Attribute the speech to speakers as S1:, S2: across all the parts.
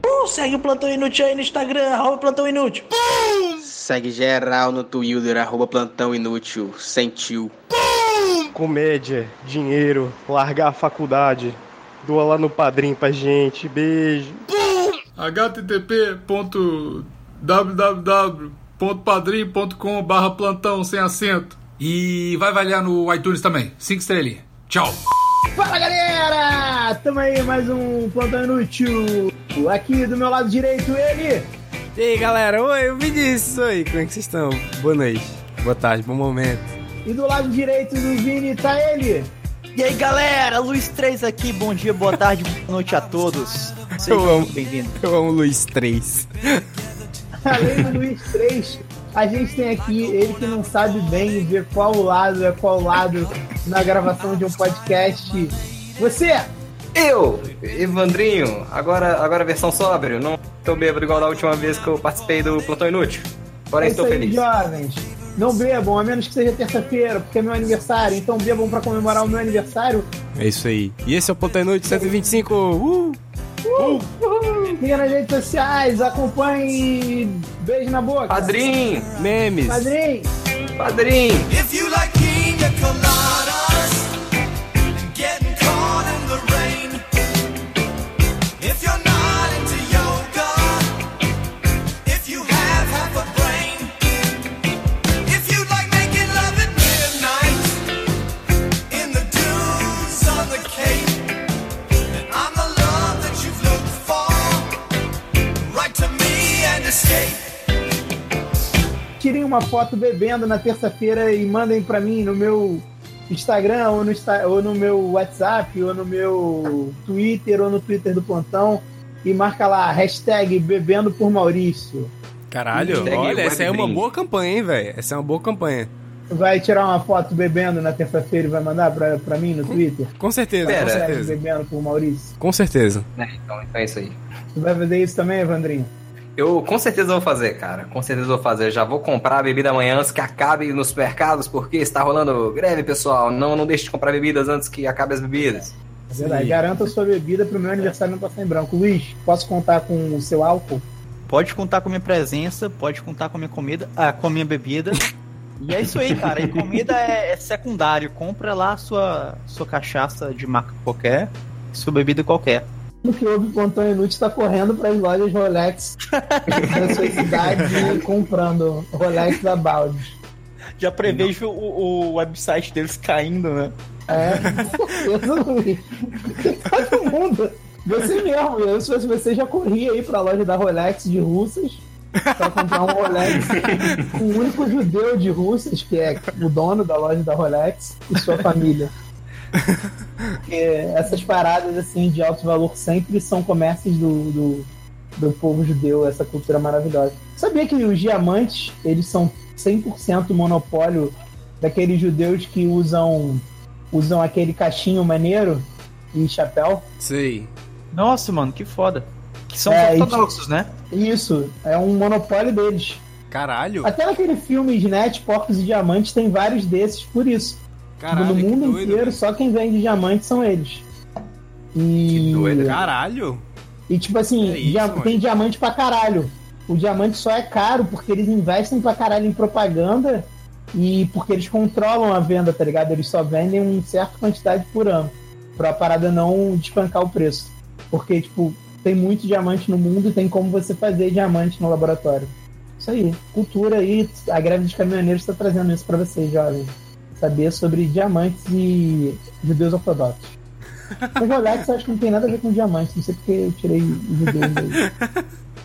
S1: Então segue o Plantão Inútil aí no Instagram, arroba Plantão Inútil.
S2: Segue geral no Twitter, arroba Plantão Inútil. Sentiu.
S3: Comédia, dinheiro, largar a faculdade. Doa lá no padrinho pra gente. Beijo.
S4: http.www.padrim.com barra plantão sem acento. E vai avaliar no iTunes também. Cinco estrelinhas. Tchau.
S5: Fala galera! Tamo aí mais um Plantão Inútil. Aqui do meu lado direito ele,
S6: E aí, galera? Oi, eu me disse. Oi, como é que vocês estão? Boa noite. Boa tarde, bom momento.
S5: e do lado direito do Vini tá ele.
S1: E aí galera, Luiz 3 aqui, bom dia, boa tarde, boa noite a todos. Sejam
S6: Eu amo.
S1: bem-vindos.
S6: Eu amo o Luiz 3.
S5: Além do Luiz 3, a gente tem aqui ele que não sabe bem ver qual lado é qual lado na gravação de um podcast. Você! é
S2: Eu, Evandrinho, agora, agora versão sóbrio. Não tô bêbado igual da última vez que eu participei do Plantão Inútil. Porém,
S5: é isso
S2: estou
S5: aí,
S2: feliz.
S5: jovens. Não bebam, a menos que seja terça-feira, porque é meu aniversário. Então bebam pra comemorar o meu aniversário.
S6: É isso aí. E esse é o Ponta Noite 125. Uh!
S5: Liga nas redes sociais, acompanhe. Beijo na boca.
S2: Padrim!
S6: Memes.
S5: Padrinho.
S2: Padrim!
S7: If you like pina coladas and getting caught in the rain, if you're not into yoga, if you have half a brain, if you like making love at midnight in the dunes on the cape, then I'm the love that you've looked for. Write to me and escape.
S5: tirem uma foto bebendo na terça-feira e mandem pra mim no meu Instagram ou no, Insta- ou no meu WhatsApp ou no meu Twitter ou no Twitter do plantão e marca lá hashtag bebendo por Maurício.
S6: Caralho,
S2: Hashtag
S6: olha,
S2: Web
S6: essa é uma
S2: Dream.
S6: boa campanha, hein, velho? Essa é uma boa campanha.
S5: Vai tirar uma foto bebendo na terça-feira e vai mandar pra, pra mim no Twitter?
S6: Com certeza,
S2: Pera.
S6: com
S5: Hashtag
S6: certeza.
S5: bebendo por Maurício.
S6: Com certeza.
S2: É, então, então é isso aí.
S5: Tu vai fazer isso também, Evandrinho?
S2: Eu com certeza vou fazer, cara. Com certeza vou fazer. Já vou comprar a bebida amanhã antes que acabe nos supermercados, porque está rolando greve, pessoal. Não, não deixe de comprar bebidas antes que acabe as bebidas.
S5: É verdade. Garanta sua bebida pro meu aniversário não passar em branco. Luiz, posso contar com o seu álcool?
S1: Pode contar com a minha presença, pode contar com a minha comida, ah, com a minha bebida. E é isso aí, cara. E comida é, é secundário. Compra lá a sua, sua cachaça de marca qualquer, sua bebida qualquer.
S5: No que houve, o plantão inútil tá correndo para as lojas Rolex da sua cidade e comprando Rolex da balde.
S1: Já prevejo o, o website deles caindo, né?
S5: É, com certeza, Luiz. Todo mundo. Você mesmo, eu se fosse você já corria aí pra loja da Rolex de russas pra comprar um Rolex. O único judeu de russas, que é o dono da loja da Rolex, e sua família. Porque essas paradas assim de alto valor sempre são comércios do, do, do povo judeu, essa cultura maravilhosa. Sabia que os diamantes, eles são 100% monopólio daqueles judeus que usam usam aquele cachinho maneiro e chapéu?
S6: Sei.
S1: Nossa, mano, que foda. Que são
S5: É,
S1: ortodoxos, né?
S5: Isso, é um monopólio deles.
S6: Caralho.
S5: Até naquele filme Snatch, Porcos e Diamantes, tem vários desses por isso.
S6: Caralho,
S5: no
S6: que
S5: mundo
S6: doido.
S5: inteiro, só quem vende diamantes são eles. E,
S2: Que doido,
S6: Caralho.
S5: e tipo assim,
S6: É isso,
S5: dia-
S6: mano.
S5: tem diamante pra caralho. O diamante só é caro porque eles investem pra caralho em propaganda e porque eles controlam a venda, tá ligado? Eles só vendem uma certa quantidade por ano. Pra parada não despancar o preço. Porque, tipo, tem muito diamante no mundo e tem como você fazer diamante no laboratório. Isso aí. Cultura aí, a greve dos caminhoneiros está trazendo isso pra vocês, jovens. Saber sobre diamantes e judeus ortodoxos. O Rolex eu acho que não tem nada a ver com diamante, não sei porque eu tirei o judeu daí.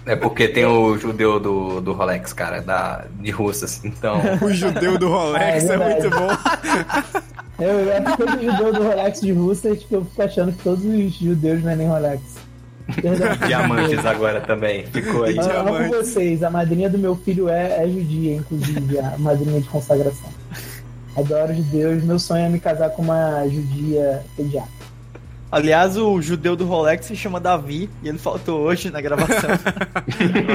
S2: É porque tem o judeu do, do Rolex, cara, da, de russas. Então,
S6: O judeu do Rolex
S5: Ah,
S6: é,
S5: é verdade.
S6: muito bom.
S5: Eu, é porque o judeu do Rolex de Russas que eu fico achando que todos os judeus não é nem Rolex. Perdão.
S2: diamantes agora também. Ficou aí.
S5: Eu amo
S6: diamante.
S5: vocês, a madrinha do meu filho é, é judia, inclusive, a madrinha de consagração. Adoro judeus, meu sonho é me casar com uma judia pediatra.
S1: Aliás, o judeu do Rolex se chama Davi e ele faltou hoje na gravação.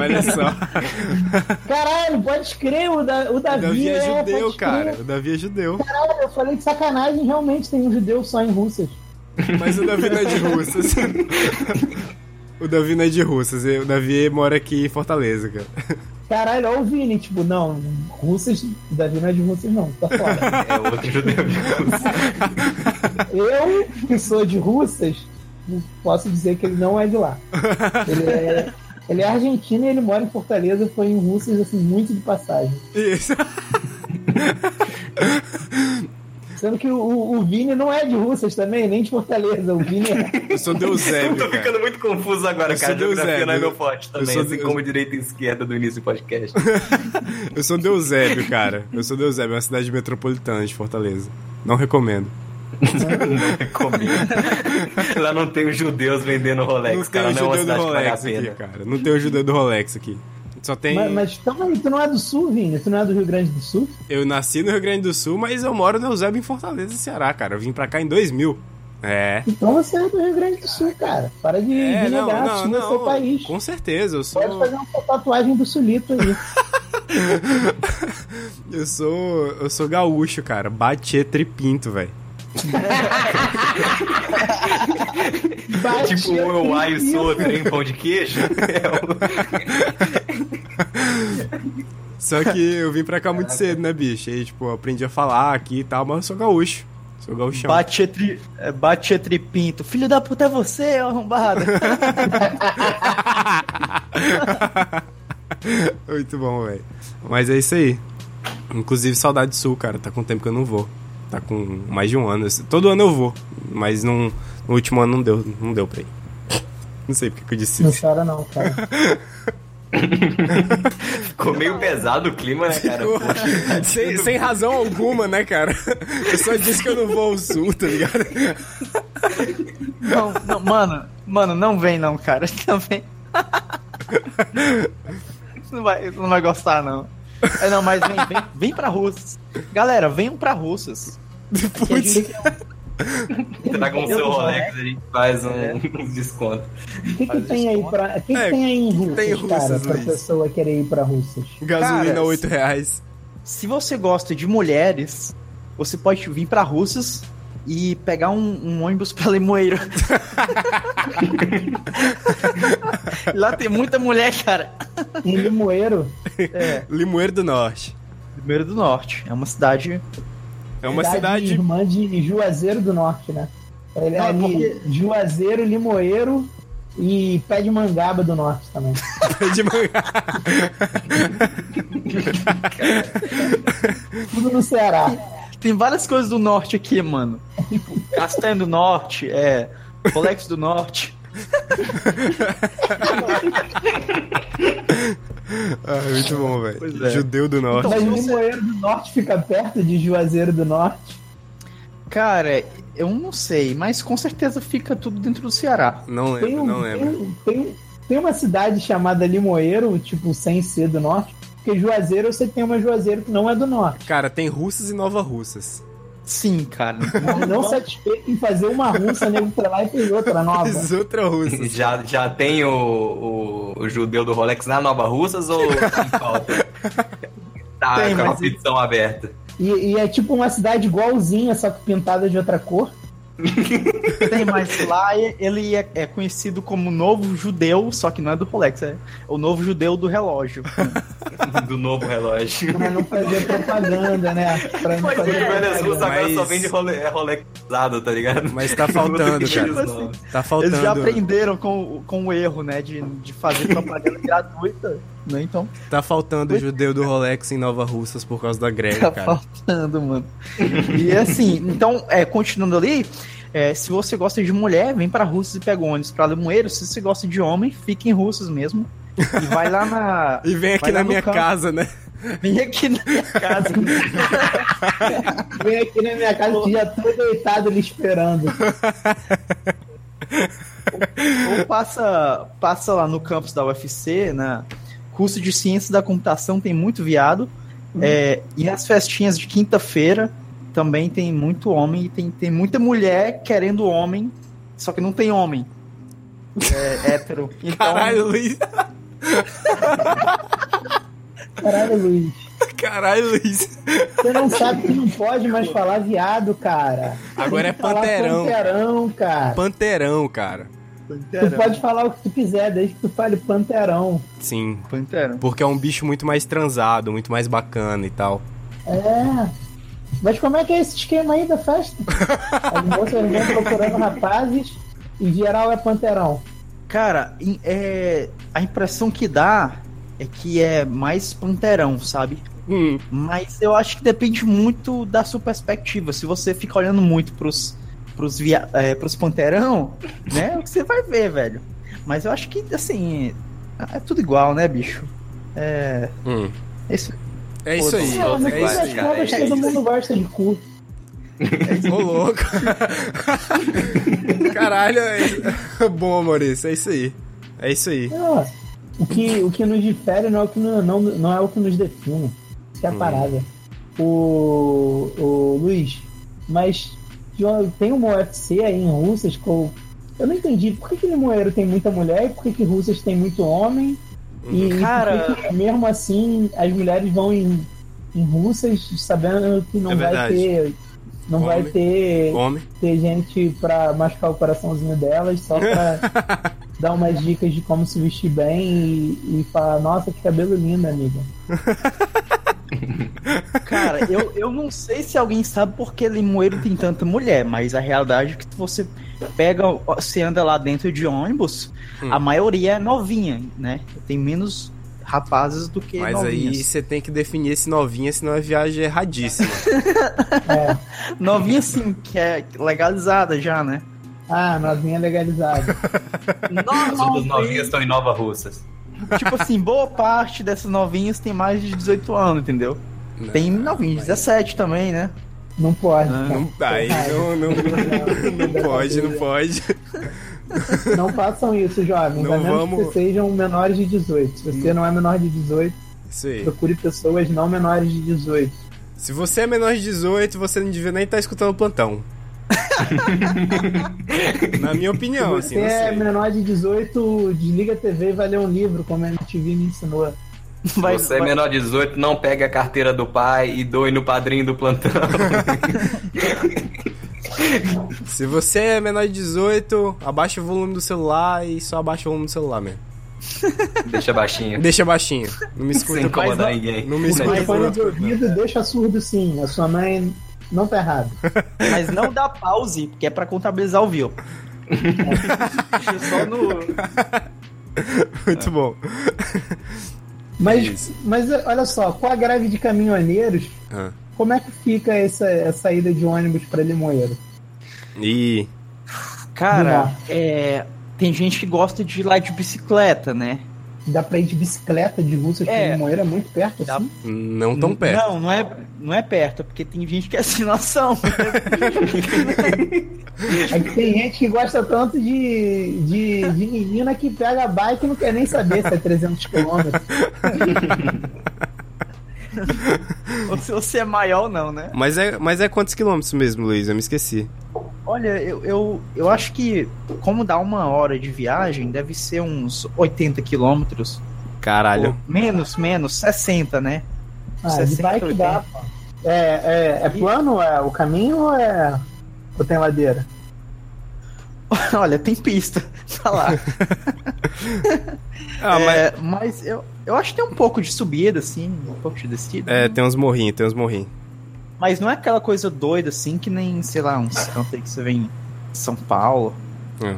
S6: Olha só.
S5: Caralho, pode crer, o, da, o
S6: O
S5: Davi,
S6: Davi é
S5: né?
S6: judeu,
S5: Pode
S6: cara.
S5: crer.
S6: O Davi é judeu.
S5: Eu falei de sacanagem, realmente tem um judeu só em Russas.
S6: Mas o Davi não é de russas. O Davi não é de Russas, e o Davi mora aqui em Fortaleza, cara.
S5: Caralho, olha o Vini, tipo, não, russas, Davi não é de russas não, tá fora.
S2: É outro judeu.
S5: Eu, que sou de russas, posso dizer que ele não é de lá. Ele é, ele é argentino e ele mora em Fortaleza, foi em russas, assim, muito de passagem.
S6: Isso.
S5: Sendo que o, o Vini não é de russas também, nem de Fortaleza, o Vini é...
S6: Eu sou do
S2: Eu
S6: Eusébio,
S2: tô
S6: cara.
S2: ficando muito confuso agora,
S6: Eu
S2: cara.
S6: sou Deus
S2: Geografia
S6: é,
S2: não é
S6: eu-
S2: meu forte
S6: eu
S2: também,
S6: sou
S2: assim
S6: Deus-
S2: como direita e esquerda do início do podcast.
S6: Eu sou do Eusébio, cara. Eu sou do Eusébio, é uma cidade metropolitana de Fortaleza. Não recomendo.
S2: Comida. É Lá não tem os judeus vendendo Rolex,
S6: não tem
S2: cara.
S6: o
S2: Não é uma
S6: judeu do
S2: cidade que vale a
S6: Rolex
S2: pena.
S6: aqui, cara. Não tem o judeu do Rolex aqui. Só tem.
S5: Mas, mas calma aí, tu não é do Sul, Vini? Tu não é do Rio Grande do Sul?
S6: Eu nasci no Rio Grande do Sul, mas eu moro no Eusébio em Fortaleza, Ceará, cara. Eu vim pra cá em 2000. É.
S5: Então você é do Rio Grande do Sul, cara. Para de
S6: É,
S5: de
S6: não,
S5: negar,
S6: não,
S5: assuma né? seu
S6: não.
S5: país.
S6: Com certeza, eu sou.
S5: Pode fazer uma tatuagem do Sulito aí.
S6: Eu sou. Eu sou gaúcho, cara. Bate tripinto, velho.
S5: Bate
S2: Tipo, um eu
S5: aqui,
S2: aio
S5: isso.
S2: sou outro em pão de queijo. É um,
S6: Só que eu vim pra cá muito cedo, né, bicho? Aí, tipo, eu aprendi a falar aqui e tal, mas eu sou gaúcho. Sou gaúchão.
S1: Bate, tri, é, bate tripinto. Filho da puta é você, ó, arrombado.
S6: Muito bom, velho. Mas é isso aí. Inclusive, saudade do sul, cara. Tá com tempo que eu não vou. Tá com mais de um ano. Esse- Todo ano eu vou. Mas não, no último ano não deu, não deu pra ir. Não sei porque que eu disse
S5: Não
S6: isso.
S5: chora não, cara.
S2: Ficou meio pesado o clima, né, cara?
S6: sem, sem razão alguma, né, cara? Eu só disse que eu não vou ao sul, tá ligado?
S1: Não, não, mano, mano, não vem não, cara. Não vem. Você não vai, não vai gostar, não. É, não, mas vem, vem, vem pra Russas. Galera, venham pra Russas. Aqui a gente tem
S2: Tragam seu Rolex, a gente faz um, um desconto.
S5: O que, que tem aí pra. O que, que
S6: É,
S5: tem aí em Russas,
S6: tem
S5: cara,
S6: russas,
S5: pra
S6: Luiz?
S5: pessoa querer ir pra Russas?
S6: Gasolina,
S1: Cara,
S6: 8 reais.
S1: Se você gosta de mulheres, você pode vir pra Russas e pegar um, um ônibus pra Limoeiro. Lá tem muita mulher, cara.
S5: Em Limoeiro,
S1: É,
S6: Limoeiro do Norte.
S1: Primeiro do Norte. É uma cidade.
S6: É uma cidade...
S5: irmã de Juazeiro do Norte, né? Ele é
S1: Não, é
S5: ali,
S1: porque-
S5: Juazeiro, Limoeiro e Pé de Mangaba do Norte também.
S6: de manhã.
S5: Tudo no Ceará.
S1: Tem várias coisas do norte aqui, mano. Tipo, Castanho do Norte, é. Rolex do Norte.
S6: Ah, muito bom,
S1: Pois
S6: velho.
S1: é.
S6: Judeu do Norte.
S5: Mas
S1: se você-
S5: Limoeiro do Norte fica perto de Juazeiro do Norte.
S1: Cara, eu não sei, mas com certeza fica tudo dentro do Ceará.
S6: Não
S5: Tem,
S6: lembro,
S5: um,
S6: não lembro.
S5: tem, um- tem, um- tem uma cidade chamada Limoeiro, tipo, sem ser do Norte. Porque Juazeiro, você tem uma Juazeiro que não é do Norte.
S6: Cara, tem russas e nova russas.
S1: Sim, cara.
S5: Não satisfeito em fazer uma russa, nego pra lá e fez outra
S1: Ah,
S5: nova.
S6: Mas outra russa.
S2: Já, já tem o, o, o judeu do Rolex na Nova Russas ou tem falta? Tá,
S1: Tem,
S2: com a
S1: mas-
S2: petição aberta.
S5: E, e é tipo uma cidade igualzinha, só que pintada de outra cor.
S1: Tem, mas lá e- ele é, é conhecido como novo judeu, só que não é do Rolex, é o novo judeu do relógio.
S2: Do novo relógio.
S5: Pra não fazer propaganda, né? Pra não
S2: Mas o
S1: É, tá
S5: fazer
S2: Velhas é. Russas
S5: propaganda.
S2: agora
S6: Mas-
S2: só vende role- Rolexado, tá ligado?
S6: Mas tá faltando,
S2: Tipo
S6: cara.
S2: assim,
S1: Eles
S6: Tá
S1: já
S6: faltando.
S1: aprenderam com, o- com o erro, né, de, de fazer propaganda gratuita, né, então
S6: Tá faltando o judeu do Rolex em Nova Russas por causa da greve,
S1: tá
S6: É, cara.
S1: faltando, mano. E assim, então, é, continuando ali, é, se você gosta de mulher, vem pra Russas e pega ônibus pra Limoeiro, se você gosta de homem, fica em Russas mesmo. E vai lá na...
S6: E vem aqui
S1: Vai lá
S6: na
S1: no
S6: minha
S1: campo.
S6: casa, né?
S1: Vem aqui na minha casa.
S5: Vem aqui na minha casa, que já tô deitado ali esperando.
S1: Ou passa, passa lá no campus da UFC, na né? curso de ciência da computação tem muito viado.
S5: Uhum.
S1: É, e as festinhas de quinta-feira também tem muito homem e tem, tem muita mulher querendo homem, só que não tem homem. É hétero. Então,
S6: Caralho, Luiz.
S5: Caralho, Luiz.
S6: Caralho, Luiz.
S5: Você não sabe que não pode mais falar viado, cara.
S6: Agora é
S5: Falar
S6: panterão.
S5: panterão, cara.
S6: Panterão, cara.
S5: Tu pode falar o que tu quiser, desde que tu fale panterão.
S6: Sim,
S1: Pantera.
S6: porque é um bicho muito mais transado, muito mais bacana e tal.
S5: É. Mas como é que é esse esquema aí da festa? As moças vêm procurando rapazes e geral é panterão.
S1: Cara, em- é, a impressão que dá é que é mais panterão, sabe?
S6: Hum,
S1: Mas eu acho que depende muito da sua perspectiva. Se você fica olhando muito pros, pros, via, é, pros panterão, né? É o que você vai ver, velho. Mas eu acho que, assim, é tudo igual, né, bicho? É.
S6: hum.
S1: é isso.
S6: É isso aí.
S5: É, mas no
S6: É
S5: fim
S6: isso
S5: das
S6: aí.
S2: cara,
S5: contas
S2: é
S5: todo
S2: isso.
S5: mundo gosta de cu.
S6: Ô, louco. Caralho. É... Boa, Maurício. É isso aí. É isso aí.
S5: Ó, Ah, o, que, o que nos difere não é o que, no- não, não é o que nos define. Isso
S6: Hum.
S5: que é a parada. O, o Luiz, mas João, tem uma UFC aí em Russas com. Eu não entendi por que, que Limoeiro tem muita mulher e por que, que Russas tem muito homem. E, e
S1: Cara-
S5: por que que, mesmo assim as mulheres vão em, em Russas sabendo que não
S6: É
S5: vai
S6: verdade.
S5: ter. Não vai
S6: Homem.
S5: ter
S6: Homem.
S5: ter gente pra machucar o coraçãozinho delas, só pra dar umas dicas de como se vestir bem e, e falar, nossa, que cabelo lindo, amiga.
S1: Cara, eu, eu não sei se alguém sabe porque Limoeiro tem tanta mulher, mas a realidade é que você pega, você anda lá dentro de ônibus,
S6: Hum.
S1: a maioria é novinha, né? Tem menos rapazes do que
S6: Mas aí
S1: novinhas.
S6: você tem que definir esse novinha, senão a viagem é erradíssima.
S5: É.
S1: Novinha sim, que é legalizada já, né?
S5: Ah, novinha legalizada.
S2: As outras novinhas estão em Nova Russas.
S1: tipo assim, boa parte dessas novinhas tem mais de 18 anos, entendeu? tem novinhos, 17 também, né?
S5: Não pode.
S6: Não, aí não, não, não, pode, não pode.
S5: cara. Não façam isso, jovens.
S6: Não
S5: a menos
S6: vamos-
S5: que vocês sejam menores de 18. Se você não é menor de 18,
S6: Isso aí.
S5: procure pessoas não menores de 18.
S6: Se você é menor de 18, você não devia nem estar escutando o plantão. Na minha opinião, assim,
S5: Se você
S6: não
S5: é
S6: sei.
S5: menor de 18, desliga a TV e vai ler um livro, como a MTV me ensinou.
S1: Vai-
S2: Você é
S1: vai-
S2: menor de 18, não pega a carteira do pai e doe no padrinho do plantão.
S6: Se você é menor de 18, abaixa o volume do celular e só abaixa o volume do celular mesmo.
S2: Deixa baixinho.
S6: Deixa baixinho. Não me
S2: Sem
S6: escuta.
S2: incomodar
S1: não-
S2: ninguém.
S6: Não me
S5: O
S6: escuta.
S5: iPhone de ouvido deixa surdo sim. A sua mãe não tá errada.
S1: Mas não dá pause, porque é pra contabilizar o view. Deixa Só no...
S6: Muito bom.
S5: Mas,
S6: É Isso.
S5: mas olha só, com a greve de caminhoneiros,
S6: Ah.
S5: como é que fica essa, essa ida de ônibus para Limoeiro?
S6: E
S1: Cara,
S5: Vamos
S1: é, tem gente que gosta de ir lá de bicicleta, né?
S5: Dá pra ir de bicicleta de Russas para
S1: É.
S5: Limoeiro? É muito perto
S1: Dá-
S5: assim?
S6: não tão perto.
S1: Não, não é, não é perto, porque tem gente que é sem noção. né?
S5: É que tem gente que gosta tanto de, de, de menina que pega a bike e não quer nem saber se é 300 quilômetros.
S1: Ou se você é maior ou não, né?
S6: Mas é, mas é quantos quilômetros mesmo, Luiz? Eu me esqueci.
S1: Olha, eu, eu, eu acho que como dá uma hora de viagem, deve ser uns 80 quilômetros.
S6: Caralho.
S1: Pô, Menos, menos, 60, né?
S5: Ah, de
S1: 60,
S5: bike dá,
S1: 80.
S5: pô. É, é, é plano é, o caminho ou é. Ou tem ladeira?
S1: Olha, tem pista, tá lá.
S6: Ah, mas.
S1: É, mas eu, eu acho que tem um pouco de subida, assim, um pouco de descida.
S6: É, tem uns morrinhos, tem uns morrinhos.
S1: Mas não é aquela coisa doida assim que nem, sei lá, uns cantos aí que você vem em São Paulo.
S6: É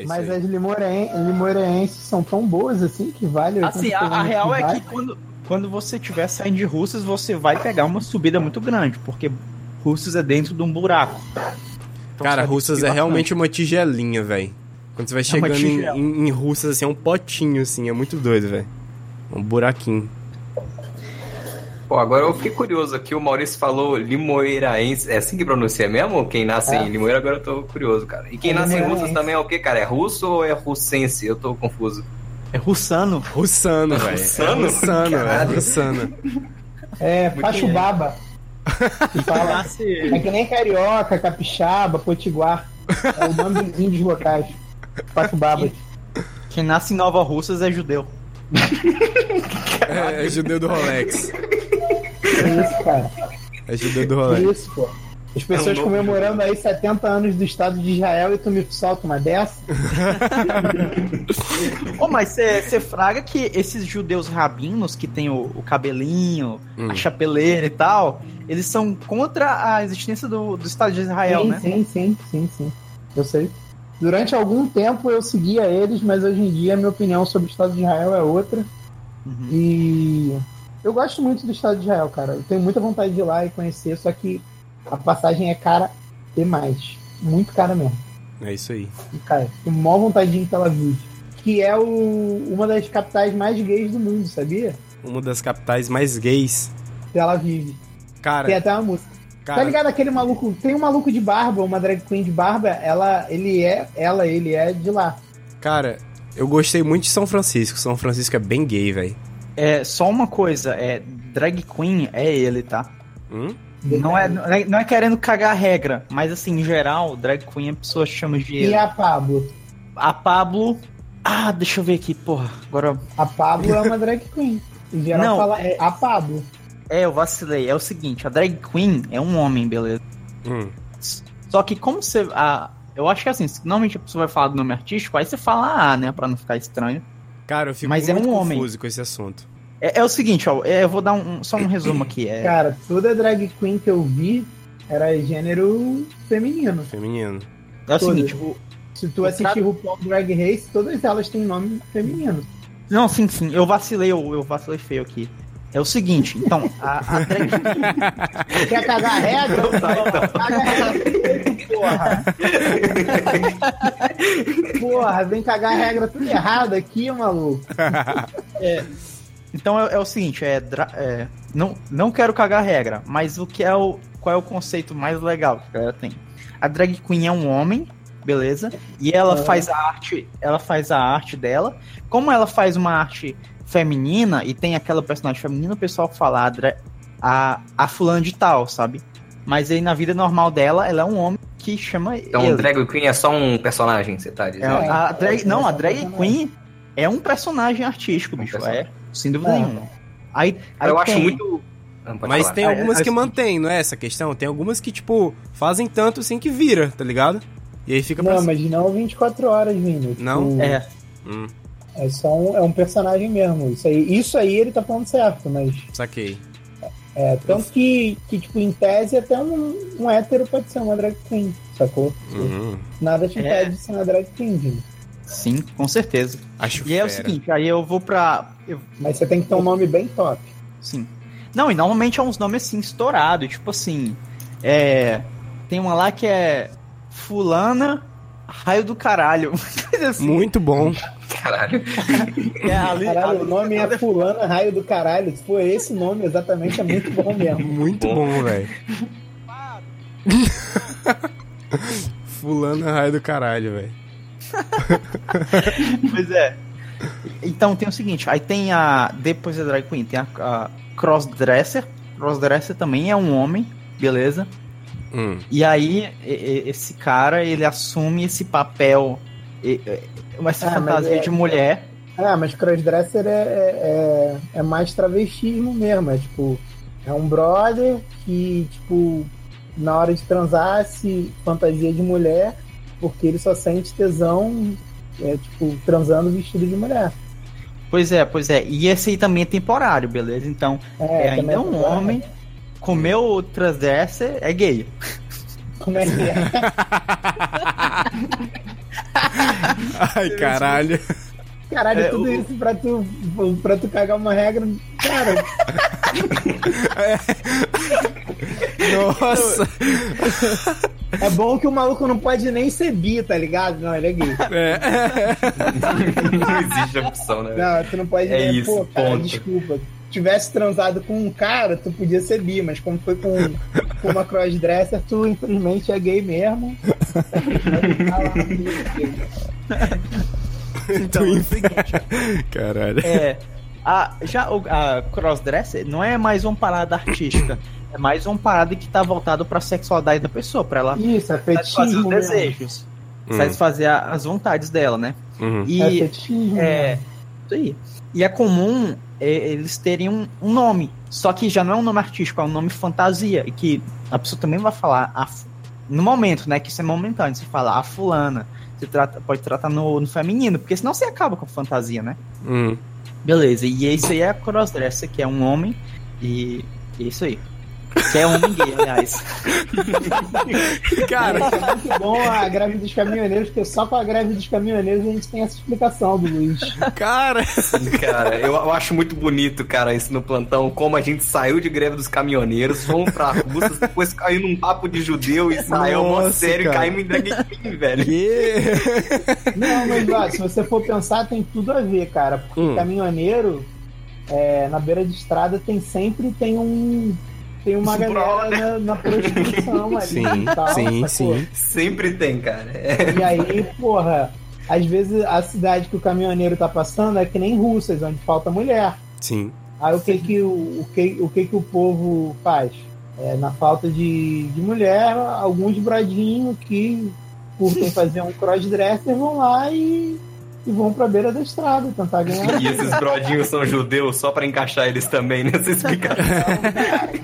S6: isso
S5: Mas
S6: aí.
S5: as limoeren- limoeirenses são tão boas assim que vale. 80
S1: Assim, a, a
S5: quilômetros de
S1: real é que
S5: bike.
S1: quando, quando você estiver saindo de Russas, você vai pegar uma subida muito grande, porque Russas é dentro de um buraco. Então você
S6: Cara,
S1: vai
S6: Russas
S1: subir
S6: é
S1: bastante.
S6: realmente uma tigelinha, velho. Quando você vai
S1: É uma
S6: chegando em,
S1: tigela.
S6: em, em Russas, assim, é um potinho, assim, é muito doido, velho. Um buraquinho.
S2: Pô, agora eu fiquei curioso aqui. O Maurício falou limoeiraense. É assim que pronuncia mesmo? Quem
S1: É.
S2: nasce em Limoeira, agora eu tô curioso, cara. E quem
S5: É
S2: nasce em
S5: limoeiraense.
S2: Russas também é o quê, cara? É russo ou é russense? Eu tô confuso.
S1: É russano.
S6: Russano, velho.
S2: Russano?
S6: É russano, é
S2: Caralho.
S6: russano.
S5: É,
S2: Muito
S5: Pachubaba. Que fala-
S1: Nasce-
S5: É que nem carioca, capixaba, potiguar. É o nome dos índios locais. É Pachubaba.
S1: Quem nasce em Nova Russas é judeu.
S6: É, é judeu do Rolex.
S5: É isso, cara.
S6: É judeu do
S5: É
S6: Rolex.
S5: isso, pô. As pessoas comemorando aí 70 anos do Estado de Israel e tu me solta uma dessa?
S1: Ô, mas você fraga que esses judeus rabinos que tem o, o cabelinho,
S6: Hum.
S1: a chapeleira e tal, eles são contra a existência do, do Estado de Israel,
S5: sim,
S1: né?
S5: sim, sim, sim, sim. Eu sei. Durante algum tempo eu seguia eles, mas hoje em dia minha opinião sobre o Estado de Israel é outra.
S1: Uhum.
S5: E eu gosto muito do Estado de Israel, cara. Eu tenho muita vontade de ir lá e conhecer, só que a passagem é cara demais. Muito cara mesmo.
S6: É isso aí.
S5: E, cara, tenho maior vontade de ir em Tel Aviv. Que é o- uma das capitais mais gays do mundo, sabia?
S6: Uma das capitais mais gays.
S5: Tel Aviv. Tem
S6: Cara,
S5: até uma música. Tá
S6: cara,
S5: ligado aquele maluco? Tem um maluco de barba, uma drag queen de barba, ela, ele é, ela, ele é de lá.
S6: cara, eu gostei muito de São Francisco. São Francisco é bem gay, velho.
S1: É, só uma coisa, é drag queen é ele, tá?
S6: Hum?
S1: Não é, não é- não é querendo cagar a regra, mas assim, em geral, drag queen a pessoa chama de
S5: E
S1: ele.
S5: a Pablo?
S1: A Pablo. Ah, deixa eu ver aqui, porra. Agora.
S5: A Pablo é uma drag queen. Em geral
S1: Não,
S5: fala é a Pablo.
S1: É, eu vacilei. É o seguinte, a drag queen é um homem, beleza?
S6: Hum.
S1: Só que como você. ah, eu acho que assim, se normalmente a pessoa vai falar do nome artístico, aí você fala A, né? Pra não ficar estranho.
S6: Cara, eu fico
S1: Mas é
S6: muito
S1: um homem.
S6: confuso com esse assunto.
S1: É, é o seguinte, ó, é, eu vou dar um, só um resumo aqui. É,
S5: Cara, toda drag queen que eu vi era gênero feminino.
S6: Feminino.
S1: é o
S5: todas.
S1: seguinte, o-
S5: Se tu assistir o RuPaul Drag Race, todas elas têm nome feminino.
S1: Não, sim, sim, eu vacilei, eu, eu vacilei feio aqui. É o seguinte, então, a, a drag
S5: Quer cagar regra? Caga regra, porra. Porra, vem cagar regra tudo errado aqui, maluco.
S1: Então é, é o seguinte, é, dra- é, não, não quero cagar regra, mas o que é o qual é o conceito mais legal que a galera tem? A drag queen é um homem, beleza? E ela
S5: Uhum.
S1: faz a arte, ela faz a arte dela. Como ela faz uma arte feminina e tem aquela personagem feminina, o pessoal fala a, dra- a, a fulana de tal, sabe? Mas aí na vida normal dela, ela é um homem que chama
S2: Então,
S1: ele.
S2: drag queen é só um personagem, você tá
S1: É,
S2: dizendo?
S1: a drag, não, a drag
S5: personagem.
S1: queen é um personagem artístico,
S2: Um
S1: bicho.
S2: personagem.
S1: É, sem dúvida
S5: É.
S1: nenhuma. Aí, aí
S2: eu acho
S1: tem-
S2: muito. Não, pode
S6: Mas
S2: falar.
S6: tem
S1: Ah, é,
S6: algumas
S1: é
S6: que
S1: assim.
S6: mantêm, não é essa a questão? Tem algumas que, tipo, fazem tanto assim que vira, tá ligado? E aí fica pra
S5: Não,
S6: cima.
S5: mas não 24 horas, Vini.
S6: Não?
S5: Tipo,
S1: É,
S6: Hum,
S5: É só um, é um personagem mesmo. Isso aí, isso aí ele tá falando certo, mas.
S6: saquei.
S5: É, tanto que, que, tipo, em tese, até um, um hétero pode ser uma drag queen, sacou?
S6: Hum,
S5: Nada te
S1: É.
S5: impede de ser uma drag queen, Vini.
S1: Sim, com certeza.
S6: acho
S1: E aí é o
S6: fera.
S1: seguinte, aí eu vou pra. eu-
S5: Mas você tem que ter um nome bem top.
S1: sim. Não, e normalmente é uns nomes assim, estourados. Tipo assim. É. Tem uma lá que é. Fulana Raio do Caralho. Uma coisa assim.
S6: Muito bom.
S2: Caralho.
S1: É, ali,
S5: Caralho, o
S1: ali-
S5: nome é fulana, raio do caralho. Se for esse nome, exatamente, é muito bom mesmo.
S6: Muito
S2: Bom.
S6: bom, velho. Fulano é raio do caralho, velho.
S1: Pois é. Então tem o seguinte, aí tem a. Depois da Drag Queen, tem a, a Crossdresser. Crossdresser também é um homem, beleza?
S6: Hum,
S1: E aí, e- e- esse cara, ele assume esse papel, e- e- essa
S5: Ah, mas
S1: fantasia
S5: é-
S1: de mulher.
S5: Ah, mas crossdresser é, é, é, é mais travestismo mesmo. É tipo, é um brother que, tipo, na hora de transar se fantasia de mulher, porque ele só sente tesão, é, tipo, transando vestido de mulher.
S1: Pois é, pois é. E esse aí também é temporário, beleza? Então, é, ainda
S5: também
S1: é um homem, comeu o transdresser, é gay.
S5: Como é que é?
S6: Ai, caralho.
S5: Caralho,
S1: É,
S5: tudo
S1: o-
S5: isso pra tu, pra tu cagar uma regra. Cara,
S6: Nossa.
S5: é bom que o maluco não pode nem ser bi, tá ligado? Não, ele é gay.
S6: É.
S2: Não existe opção, né? velho?
S5: Não, tu não pode.
S2: É
S5: né?
S2: isso,
S5: Pô, cara,
S2: ponto.
S5: desculpa. Tivesse transado com um cara, tu podia ser bi, mas como foi com, com uma crossdresser, tu infelizmente é gay mesmo. Tá lá,
S1: Então, é o seguinte,
S6: Caralho.
S1: é, a, já o- a crossdresser não é mais uma parada artística, é mais uma parada que tá voltada pra sexualidade da pessoa, pra ela
S5: Isso, é
S1: satisfazer os
S6: Hum.
S5: fetismo. mesmo.
S1: Hum,
S5: Hum.
S1: desejos, satisfazer a- as vontades dela, né?
S6: Uhum.
S1: E
S5: É fetismo.
S1: É, Isso aí. E é comum é, eles terem um, um nome, só que já não é um nome artístico, é um nome fantasia, e que a pessoa também vai falar a fu- no momento, né, que isso é momentâneo, você fala a fulana, você trata, pode tratar no, no feminino, porque senão você acaba com a fantasia, né?
S6: Hum.
S1: Beleza, e isso aí é a crossdresser, que é um homem, e e é isso aí. Que é homem gay, aliás.
S6: Cara,
S5: Tá muito bom a greve dos caminhoneiros, porque só com a greve dos caminhoneiros a gente tem essa explicação do Luiz.
S6: cara.
S2: Cara, eu, eu acho muito bonito, cara, isso no plantão, como a gente saiu de greve dos caminhoneiros, fomos pra Russas, depois caiu num papo de judeu, Israel, mó
S6: Nossa,
S2: sério,
S6: cara.
S2: caímos em drag queen, velho.
S6: Yeah.
S5: Não, mas ó, se você for pensar, tem tudo a ver, cara. Porque
S6: Hum.
S5: caminhoneiro, é, na beira de estrada, tem sempre tem um. Tem uma
S2: Um
S5: galera
S2: brother.
S5: na, na prostituição ali.
S6: Sim,
S5: e tal,
S6: sim,
S5: sacou?
S6: sim.
S2: Sempre tem, cara. É.
S5: E aí, porra, às vezes a cidade que o caminhoneiro tá passando é que nem russas, onde falta mulher.
S6: Sim.
S5: Aí o que que o, o que, o que que o povo faz? É, na falta de, de mulher, alguns brodinhos que curtem fazer um crossdresser vão lá e, e vão pra beira da estrada tentar ganhar.
S2: E esses brodinhos são judeus, só pra encaixar eles também né? nessa explicação.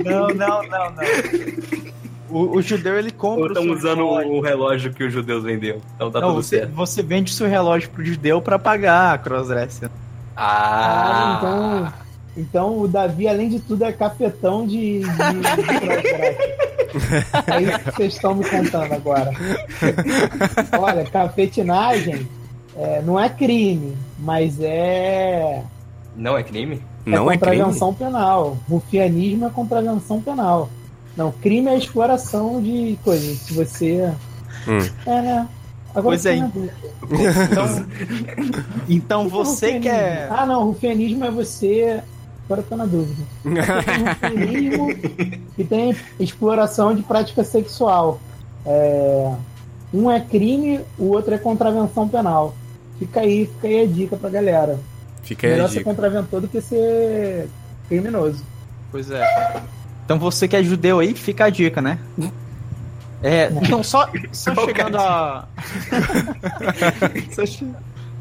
S1: Não, não, não, não.
S3: O, o judeu ele compra. o
S2: Ou estão
S3: seu
S2: usando
S3: relógio.
S2: o relógio que os judeus vendeu. Então tá
S1: não
S2: tudo
S1: você,
S2: certo.
S1: você vende seu relógio pro judeu pra pagar a crossdresser.
S5: Ah,
S2: Ah,
S5: então, então o Davi, além de tudo, é capetão de, de, de crossdresser. É isso que vocês estão me contando agora. Olha, cafetinagem é, não é crime, mas é,
S2: Não é crime?
S6: Não é crime.
S5: contravenção penal. Rufianismo é contravenção penal. Não, crime é exploração de coisas. Se você.
S6: Hum.
S5: É, né? Agora
S1: Pois é,
S5: tem a ver.
S1: Então
S5: O que é
S1: você
S5: rufianismo?
S1: que é.
S5: Ah, não, rufianismo é você. Agora eu tô na dúvida. Tem rufianismo e tem exploração de prática sexual. É, Um é crime, o outro é contravenção penal. Fica aí, fica aí a dica pra galera.
S6: Fica aí a
S5: Melhor ser
S6: dica.
S5: contraventor do que ser criminoso.
S1: Pois é. Então você que é judeu aí, fica a dica, né? É, então só, só
S2: Qual que é
S1: chegando a. só, che-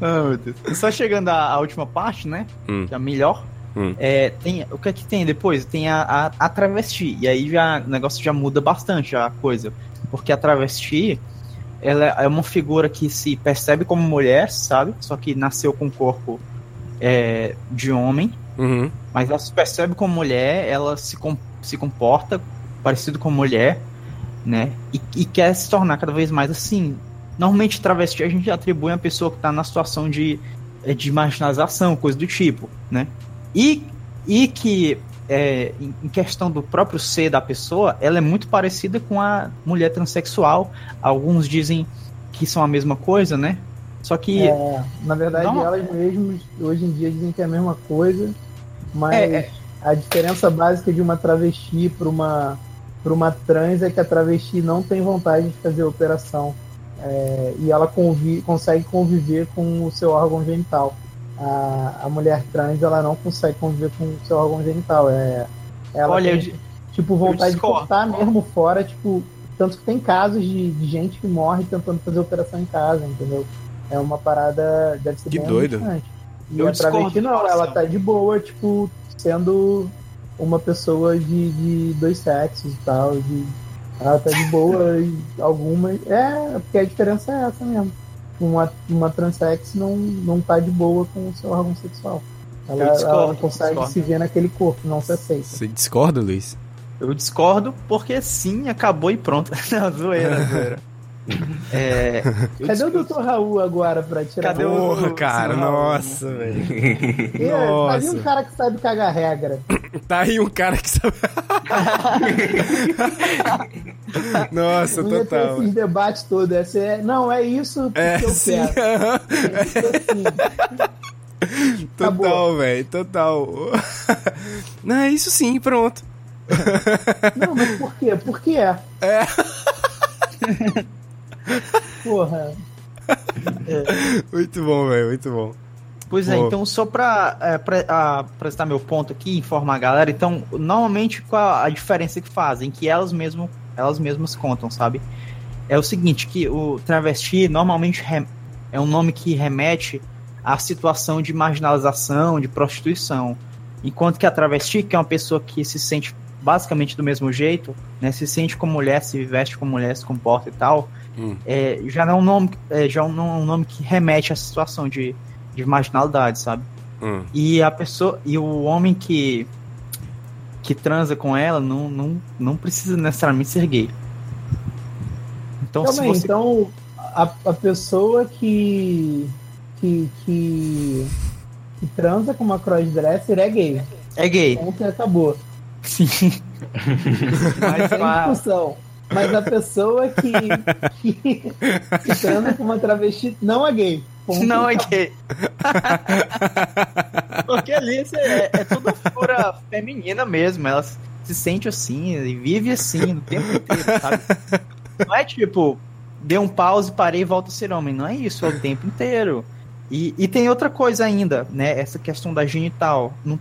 S1: Ah, meu Deus. Só chegando à, à última parte, né?
S6: Hum.
S1: Que é a melhor.
S6: Hum.
S1: É, tem, o que é que tem depois? Tem a, a, a travesti. E aí já, o negócio já muda bastante já a coisa. Porque a travesti, ela é uma figura que se percebe como mulher, sabe? Só que nasceu com o corpo é, de homem.
S6: Uhum.
S1: Mas ela se percebe como mulher, ela se, com- se comporta parecido com mulher, né? E, e quer se tornar cada vez mais assim. Normalmente, travesti a gente atribui a pessoa que tá na situação de, eh, de marginalização, coisa do tipo, né? E, e que, eh, em em questão do próprio ser da pessoa, ela é muito parecida com a mulher transexual. Alguns dizem que são a mesma coisa, né? Só que.
S5: É, na verdade,
S1: Não.
S5: elas mesmas hoje em dia dizem que é a mesma coisa, mas
S1: É, é.
S5: a diferença básica de uma travesti para uma para uma trans é que a travesti não tem vontade de fazer operação é, e ela convi- consegue conviver com o seu órgão genital. A, a mulher trans ela não consegue conviver com o seu órgão genital. É, ela
S1: Olha, eu
S5: tem,
S1: di-
S5: tipo vontade de
S1: discordo.
S5: cortar mesmo fora, tipo tanto que tem casos de, de gente que morre tentando fazer operação em casa, entendeu? É uma parada. Deve ser
S6: Que
S5: bem
S6: doido.
S5: angustiante. E é
S1: Eu
S5: a travesti
S1: discordo,
S5: não, ela
S1: Marcelo.
S5: tá de boa, tipo, sendo uma pessoa de, de dois sexos e tal. De, ela tá de boa e algumas. É, porque a diferença é essa mesmo. Uma, uma transex não, não tá de boa com o seu órgão sexual. Ela,
S1: Eu discordo,
S5: ela não consegue
S1: discordo.
S5: se ver naquele corpo, não se aceita.
S6: Você discorda, Luiz?
S1: Eu discordo porque sim, acabou e pronto. Não, zoeira, zoeira. É, eu
S5: Cadê o
S1: discordo.
S5: Dr. Raul agora pra tirar
S1: Cadê o-
S6: Porra, cara,
S1: Não.
S6: nossa, velho.
S5: Porque tá ali
S6: Nossa.
S5: um cara que sabe cagar regra.
S6: Tá aí um cara que sabe. nossa,
S5: Não ia ter
S6: total.
S5: esses debates todos. Ia ser, não, é isso que
S6: É,
S5: eu
S6: sim,
S5: quero.
S6: aham.
S5: É isso assim.
S6: total,
S5: Acabou.
S6: velho, total. Não, é isso sim, pronto.
S5: Não, mas por quê? Por que é?
S6: É.
S5: Porra.
S6: Então, Muito bom, velho, muito bom.
S1: Pois é,
S6: Pô.
S1: então só pra, é, pra- a- apresentar meu ponto aqui, informar a galera, então, normalmente qual a diferença que fazem, que elas, mesmo, elas mesmas contam, sabe? É o seguinte, que o travesti normalmente re- é um nome que remete a situação de marginalização, de prostituição. Enquanto que a travesti, que é uma pessoa que se sente basicamente do mesmo jeito, né, se sente como mulher, se veste como mulher, se comporta e tal,
S6: Hum.
S1: é, já não é um nome, é, já não é um nome que remete à situação de, de marginalidade, sabe?
S6: Hum.
S1: E a pessoa e o homem que que transa com ela não, não, não precisa necessariamente ser gay. Então,
S5: Calma
S1: se
S5: aí,
S1: você
S5: então a, a pessoa que, que, que. que transa com uma crossdresser é gay.
S1: é gay,
S5: Ontem acabou.
S1: sim. Mas,
S5: Sem
S1: mas-
S5: discussão. Mas a pessoa que, que, que transa com uma travesti não é gay. Ponto.
S1: Não é gay. Porque ali você- é, é toda figura feminina mesmo. Ela se sente assim e vive assim o tempo inteiro, sabe? Não é tipo, dei um pause, parei e volto a ser homem. Não é isso, é o tempo inteiro. E, e tem outra coisa ainda, né? Essa questão da genital. Não-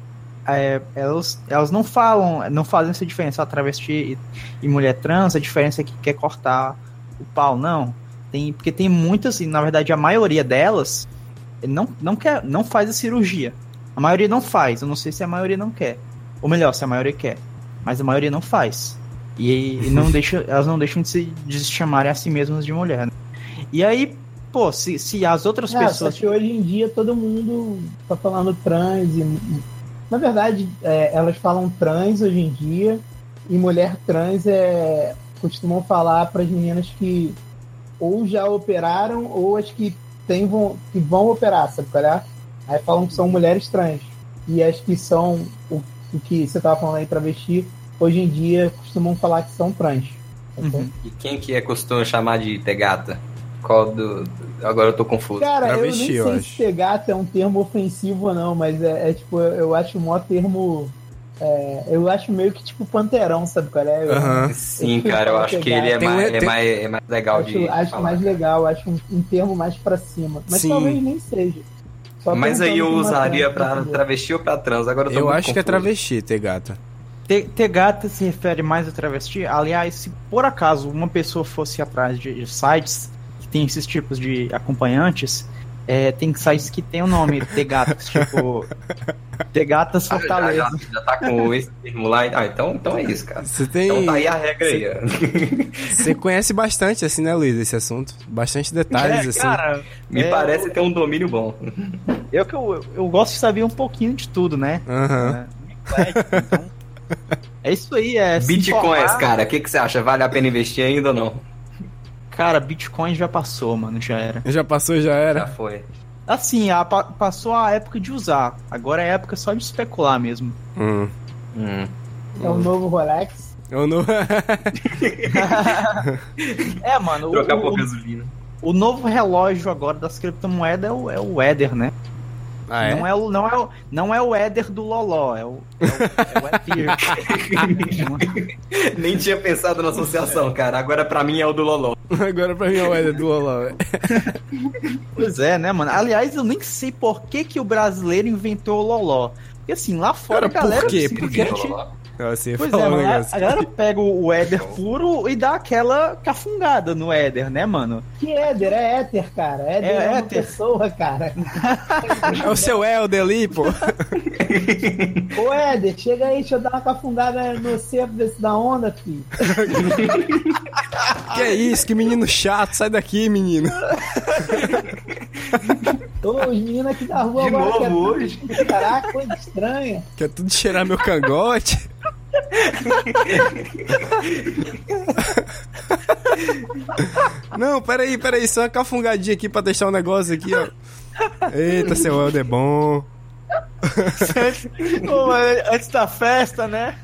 S1: é, elas, elas não falam, não fazem essa diferença. A travesti e, e mulher trans, a diferença é que quer cortar o pau, não. Tem, porque tem muitas, e na verdade a maioria delas não, não quer, não faz a cirurgia. A maioria não faz. Eu não sei se a maioria não quer. Ou melhor, se a maioria quer. Mas a maioria não faz. E, e não deixa, elas não deixam de se, de se chamarem a si mesmas de mulher. né? E aí, pô, se, se as outras
S5: É, só
S1: pessoas.
S5: que hoje em dia todo mundo tá falando trans e. Na verdade, é, elas falam trans hoje em dia e mulher trans é. costumam falar para as meninas que ou já operaram ou as que, tem, vão, que vão operar, sabe qual é? Aí falam que são mulheres trans. E as que são o, o que você tava falando aí travesti, hoje em dia costumam falar que são trans. tá ok?
S1: Uhum.
S2: E quem que é costume chamar de tegata? Qual do. do- Agora eu tô confuso.
S5: Cara,
S6: Travesti, eu
S5: eu nem sei
S6: acho.
S5: se ter gato é um termo ofensivo ou não, mas é, é, tipo, eu, eu acho o maior termo. é, eu acho meio que tipo panteirão, sabe qual é? Eu
S6: Aham.
S2: Sim, cara, eu acho que ele é,
S6: Tem um-
S2: mais, é,
S6: tem-
S2: mais, é mais legal de.
S5: acho, acho
S2: falar.
S5: mais legal, acho um, um termo mais pra cima. Mas
S6: Sim.
S5: talvez nem seja. Só
S2: Mas aí
S5: perguntando
S2: eu
S5: pra uma
S2: usaria
S5: trans,
S2: pra
S5: entendeu?
S2: travesti ou pra trans? Agora eu tô
S6: Eu
S2: muito
S6: acho que é
S2: confuso.
S6: travesti ter gata.
S1: Ter, ter gata se refere mais a travesti. Aliás, se por acaso uma pessoa fosse atrás de, de sites que tem esses tipos de acompanhantes, é, tem sites que tem o nome ter gatas, tipo. Ter gatas
S2: Ah, já,
S1: Fortaleza. É,
S2: já, já tá com esse termo lá. Ah, então, então é isso, cara.
S6: Você tem.
S2: Então tá aí a regra aí. ó.
S6: Você conhece bastante, assim, né, Luiz, esse assunto? Bastante detalhes,
S1: É,
S6: assim.
S1: cara,
S2: Me
S1: É,
S2: parece ter um domínio bom.
S1: eu, que eu, eu gosto de saber um pouquinho de tudo, né?
S6: Aham.
S1: É, então, é isso aí, é. se
S2: Bitcoins,
S1: informar.
S2: cara, o que, que você acha? Vale a pena investir ainda ou não?
S1: Cara, Bitcoin já passou, mano, já era.
S6: Já passou, já
S2: Já
S6: era.
S2: foi.
S1: Assim, a pa- passou a época de usar. Agora é a época só de especular mesmo.
S6: Hum.
S2: Hum.
S5: É o novo Rolex.
S6: Eu não.
S1: É, mano, o-
S2: Trocar
S1: o-
S2: por
S1: o
S2: gasolina.
S1: O novo relógio agora das criptomoedas é o, é o Ether, né?
S6: ah, é?
S1: Não, é o, não, é o, não é o Ether do Loló, é o, é o, é o Ether.
S2: Nem tinha pensado na associação, cara. Agora pra mim é o do Loló.
S6: Agora pra mim é o Eder do Olá, velho.
S1: pois é, né, mano? Aliás, eu nem sei por que, que o brasileiro inventou o Loló. Porque assim, lá fora
S6: Cara,
S1: a galera
S6: por quê?
S1: simplesmente-
S2: Por que Loló?
S6: Nossa, ia
S1: Pois
S6: falar
S1: é,
S6: um
S1: mano, a-
S6: negócio.
S1: a galera pega o Ether puro e dá aquela cafungada no Ether, né, mano?
S5: Que éder, é éter, cara. Éder
S1: É
S5: é, uma
S1: éter.
S5: pessoa, cara.
S6: É o seu Helder ali, pô.
S5: Ô éder, chega aí, deixa eu dar uma cafundada no cepo desse da onda, filho.
S6: Que é isso? Que menino chato. Sai daqui, menino.
S5: Ô, os meninos aqui da rua
S2: De
S5: agora
S2: novo
S5: querem-
S2: hoje?
S5: Caraca, coisa estranha.
S6: Quer tudo cheirar meu cangote? Não, peraí, peraí, só uma cafungadinha aqui pra deixar um negócio aqui, ó. Eita, seu Helder é bom.
S1: Pô, mas antes da festa, né?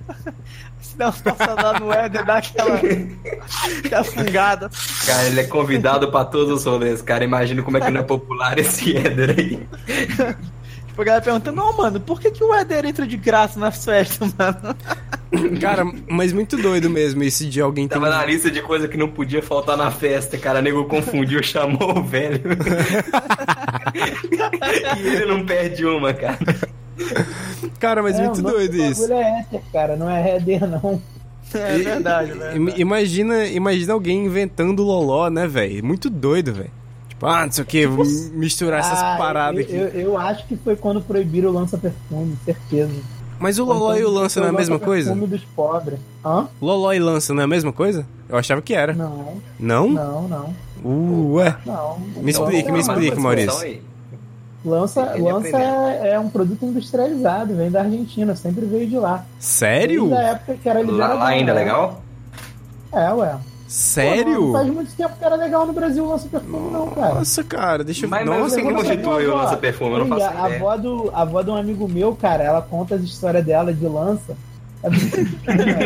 S1: Se dá uma passada lá no Éder, dá aquela cafungada.
S2: Cara, ele é convidado pra todos os rolês, cara. Imagina como é que não é popular esse Éder aí.
S1: Tipo, a galera pergunta, não, mano, por que, que o Éder entra de graça nas festas, mano?
S6: Cara, mas muito doido mesmo isso de alguém ter.
S2: Tava na lista de coisa que não podia faltar na festa, cara. Nego confundiu, chamou o velho. e ele não perde uma, cara.
S6: Cara, mas
S5: É, o
S6: muito
S5: nome
S6: doido
S5: do
S6: isso.
S5: bagulho é éter, cara, não é éder, não.
S1: É verdade,
S6: Im- Imagina, imagina alguém inventando loló, né, velho? Muito doido, velho. Tipo, Ah, não sei o que, misturar essas
S5: Ah,
S6: paradas
S5: eu,
S6: aqui.
S5: eu- eu acho que foi quando proibiram o lança-perfume, certeza.
S6: Mas o Loló e o Lança não é a mesma coisa?
S5: Perfume dos pobres. Hã?
S6: Loló e Lança não é a mesma coisa? Eu achava que era.
S5: Não,
S6: Não?
S5: não, não,
S6: Uh, ué.
S5: não.
S6: Hum? Me explica, me
S2: vamos arrumar
S6: explica,
S2: uma
S6: Maurício.
S2: discussão aí.
S5: Lança,
S2: Ele
S5: lança
S2: aprendeu.
S5: é, é um produto industrializado, vem da Argentina, sempre veio de lá.
S6: Sério?
S5: Desde a época que era
S2: Lá,
S5: liberado.
S2: lá ainda é legal?
S5: É, ué. Pô,
S6: Sério?
S5: não tá faz muito tempo que era legal no Brasil o lança-perfume, não, cara.
S6: Nossa, cara, deixa eu
S2: Mas, mas
S6: Nossa,
S2: você que
S5: vamos
S6: cara.
S5: chegar
S2: constitui o
S5: agora.
S2: lança-perfume, eu não
S5: Ih,
S2: faço
S5: a, a
S2: ideia.
S5: avó do, a avó de um amigo meu, cara, ela conta as histórias dela de lança. É muito,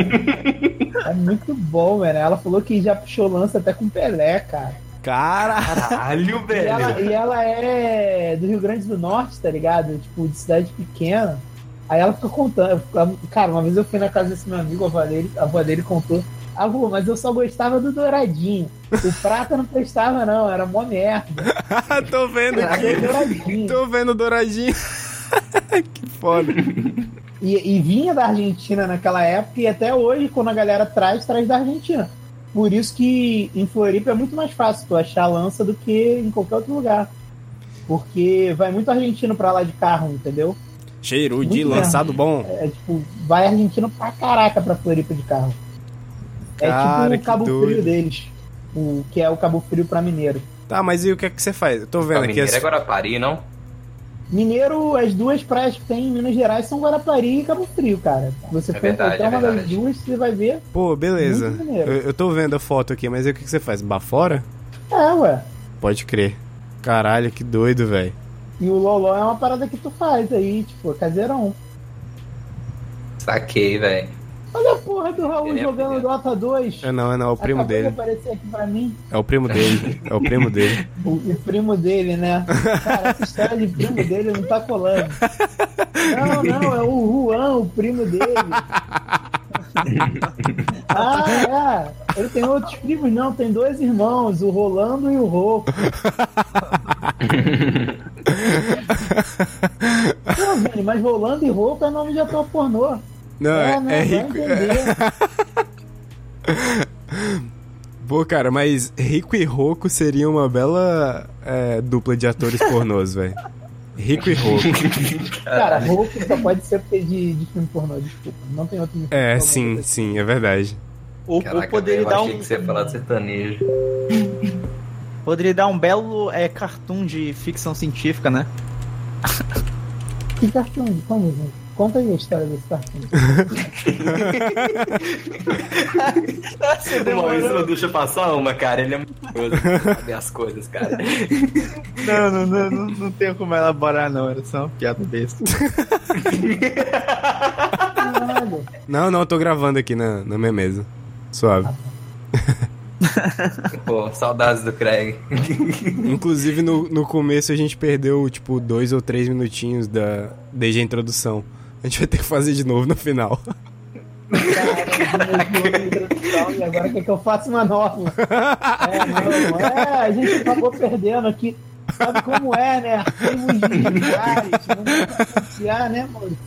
S5: velho. é muito bom, velho. Ela falou que já puxou lança até com Pelé, cara.
S6: Cara,
S2: Caralho,
S5: E ela,
S2: velho.
S5: e ela é do Rio Grande do Norte, tá ligado? Tipo, de cidade pequena. Aí ela fica contando. eu ficava- Cara, uma vez eu fui na casa desse meu amigo, a avó dele, a avó dele contou. Ah, vô, mas eu só gostava do douradinho. O prata não prestava, não. Era mó merda.
S6: tô vendo
S5: Eu
S6: aqui.
S5: queria douradinho.
S6: Tô vendo o douradinho. que foda.
S5: E, e vinha da Argentina naquela época e até hoje, quando a galera traz, traz da Argentina. Por isso que em Floripa é muito mais fácil tu achar lança do que em qualquer outro lugar. Porque vai muito argentino pra lá de carro, entendeu?
S6: Cheiro de
S5: Muito
S6: lançado bom.
S5: É tipo, vai argentino pra caraca pra Floripa de carro.
S6: Cara,
S5: é
S6: que
S5: tipo o Cabo
S6: doido.
S5: Frio deles. O, que é o Cabo Frio pra mineiro.
S6: Tá, mas e o que é que você faz? Eu tô
S2: A
S6: vendo aqui.
S2: mineira
S6: As...
S2: é Guarapari, não?
S5: Mineiro, as duas praias que tem em Minas Gerais são Guarapari e Cabo Frio, cara. Você
S2: É
S5: for em
S2: verdade,
S5: qualquer
S2: é
S5: uma das
S2: verdade.
S5: duas, você vai ver.
S6: Pô, beleza.
S5: Muito
S6: Eu,
S5: maneiro.
S6: eu tô vendo a foto aqui, mas e o que que você faz? Bafora?
S5: É, ué.
S6: Pode crer. Caralho, que doido, velho.
S5: E o Loló é uma parada que tu faz aí, tipo, é caseirão.
S2: Saquei, velho.
S5: Olha a porra do Raul
S2: Ele é
S5: jogando
S2: primeiro.
S5: Dota 2.
S6: É não, é não, é o primo
S5: Acabou de
S6: dele.
S5: aparecer aqui pra mim.
S6: É o primo dele. É o primo dele.
S5: O, o primo dele, né? Cara, essa história de primo dele não tá colando. Não, não, é o Juan, o primo dele. Ah, é. Ele tem outros primos, não. Tem dois irmãos, o Rolando e o Rô. Pô, Vini, mas Rolando e Rô é nome de ator pornô.
S6: Não,
S5: é,
S6: é,
S5: né?
S6: é
S5: Vai
S6: rico.
S5: entender.
S6: Pô, cara, mas Rico e Roco seria uma bela é, dupla de atores pornôs, velho. Rico e Roco.
S5: Cara, roupa só pode ser porque de, de filme pornô, desculpa. Não tem outro filme
S6: É,
S5: pornô.
S6: sim, sim, é verdade.
S1: Ou, ou
S2: Caraca,
S1: poderia,
S2: velho, eu
S1: dar
S2: achei
S1: um,
S2: que você ia falar de sertanejo.
S1: poderia dar um belo é, cartoon de ficção científica, né?
S5: Que cartão? Como, gente? Conta aí a história desse cartão.
S1: Você
S2: O Maurício não deixa passar uma, cara. Ele é muito curioso pra saber as coisas, cara.
S1: Não, não, não, não, não tenho como elaborar, não. Era só uma piada besta.
S5: Caralho.
S6: Não, não, eu tô gravando aqui na, na minha mesa. Suave.
S2: Pô, saudades do Craig.
S6: Inclusive, no, no começo a gente perdeu, tipo, dois ou três minutinhos da, desde a introdução. A gente vai ter que fazer de novo no final.
S5: Caralho, e agora quer que eu faça uma nova? É, não, é, a gente acabou perdendo aqui. Sabe como é, né? Temos milhares, não dá pra confiar, né, Maurício?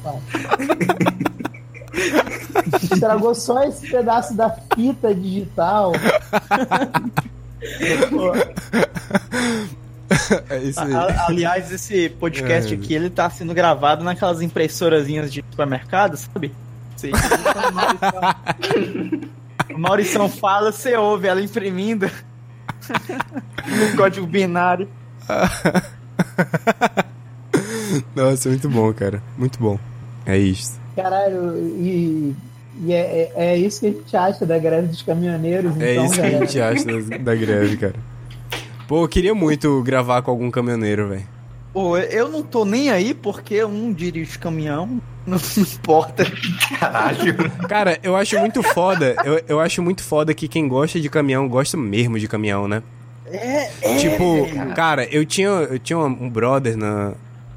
S5: Estragou só esse pedaço da fita digital.
S6: É isso aí.
S5: Ah,
S1: A- aliás, esse podcast
S6: É.
S1: aqui, ele tá sendo gravado naquelas impressorazinhas de supermercado, sabe? Sim. O Maurição fala, você ouve ela imprimindo. o código binário.
S6: Nossa, muito bom, cara. Muito bom. É isso.
S5: Caralho, e, e é, é- é isso que a gente acha da greve dos caminhoneiros,
S6: É
S5: então,
S6: isso que a
S5: galera.
S6: gente acha da, da greve, cara. Pô, eu queria muito gravar com algum caminhoneiro, velho.
S1: Pô, eu não tô nem aí porque eu não dirijo caminhão, não me importa.
S2: Caralho.
S6: Cara, eu acho muito foda. Eu, eu acho muito foda que quem gosta de caminhão gosta mesmo de caminhão, né? É, Tipo, cara, eu tinha, eu tinha um brother na.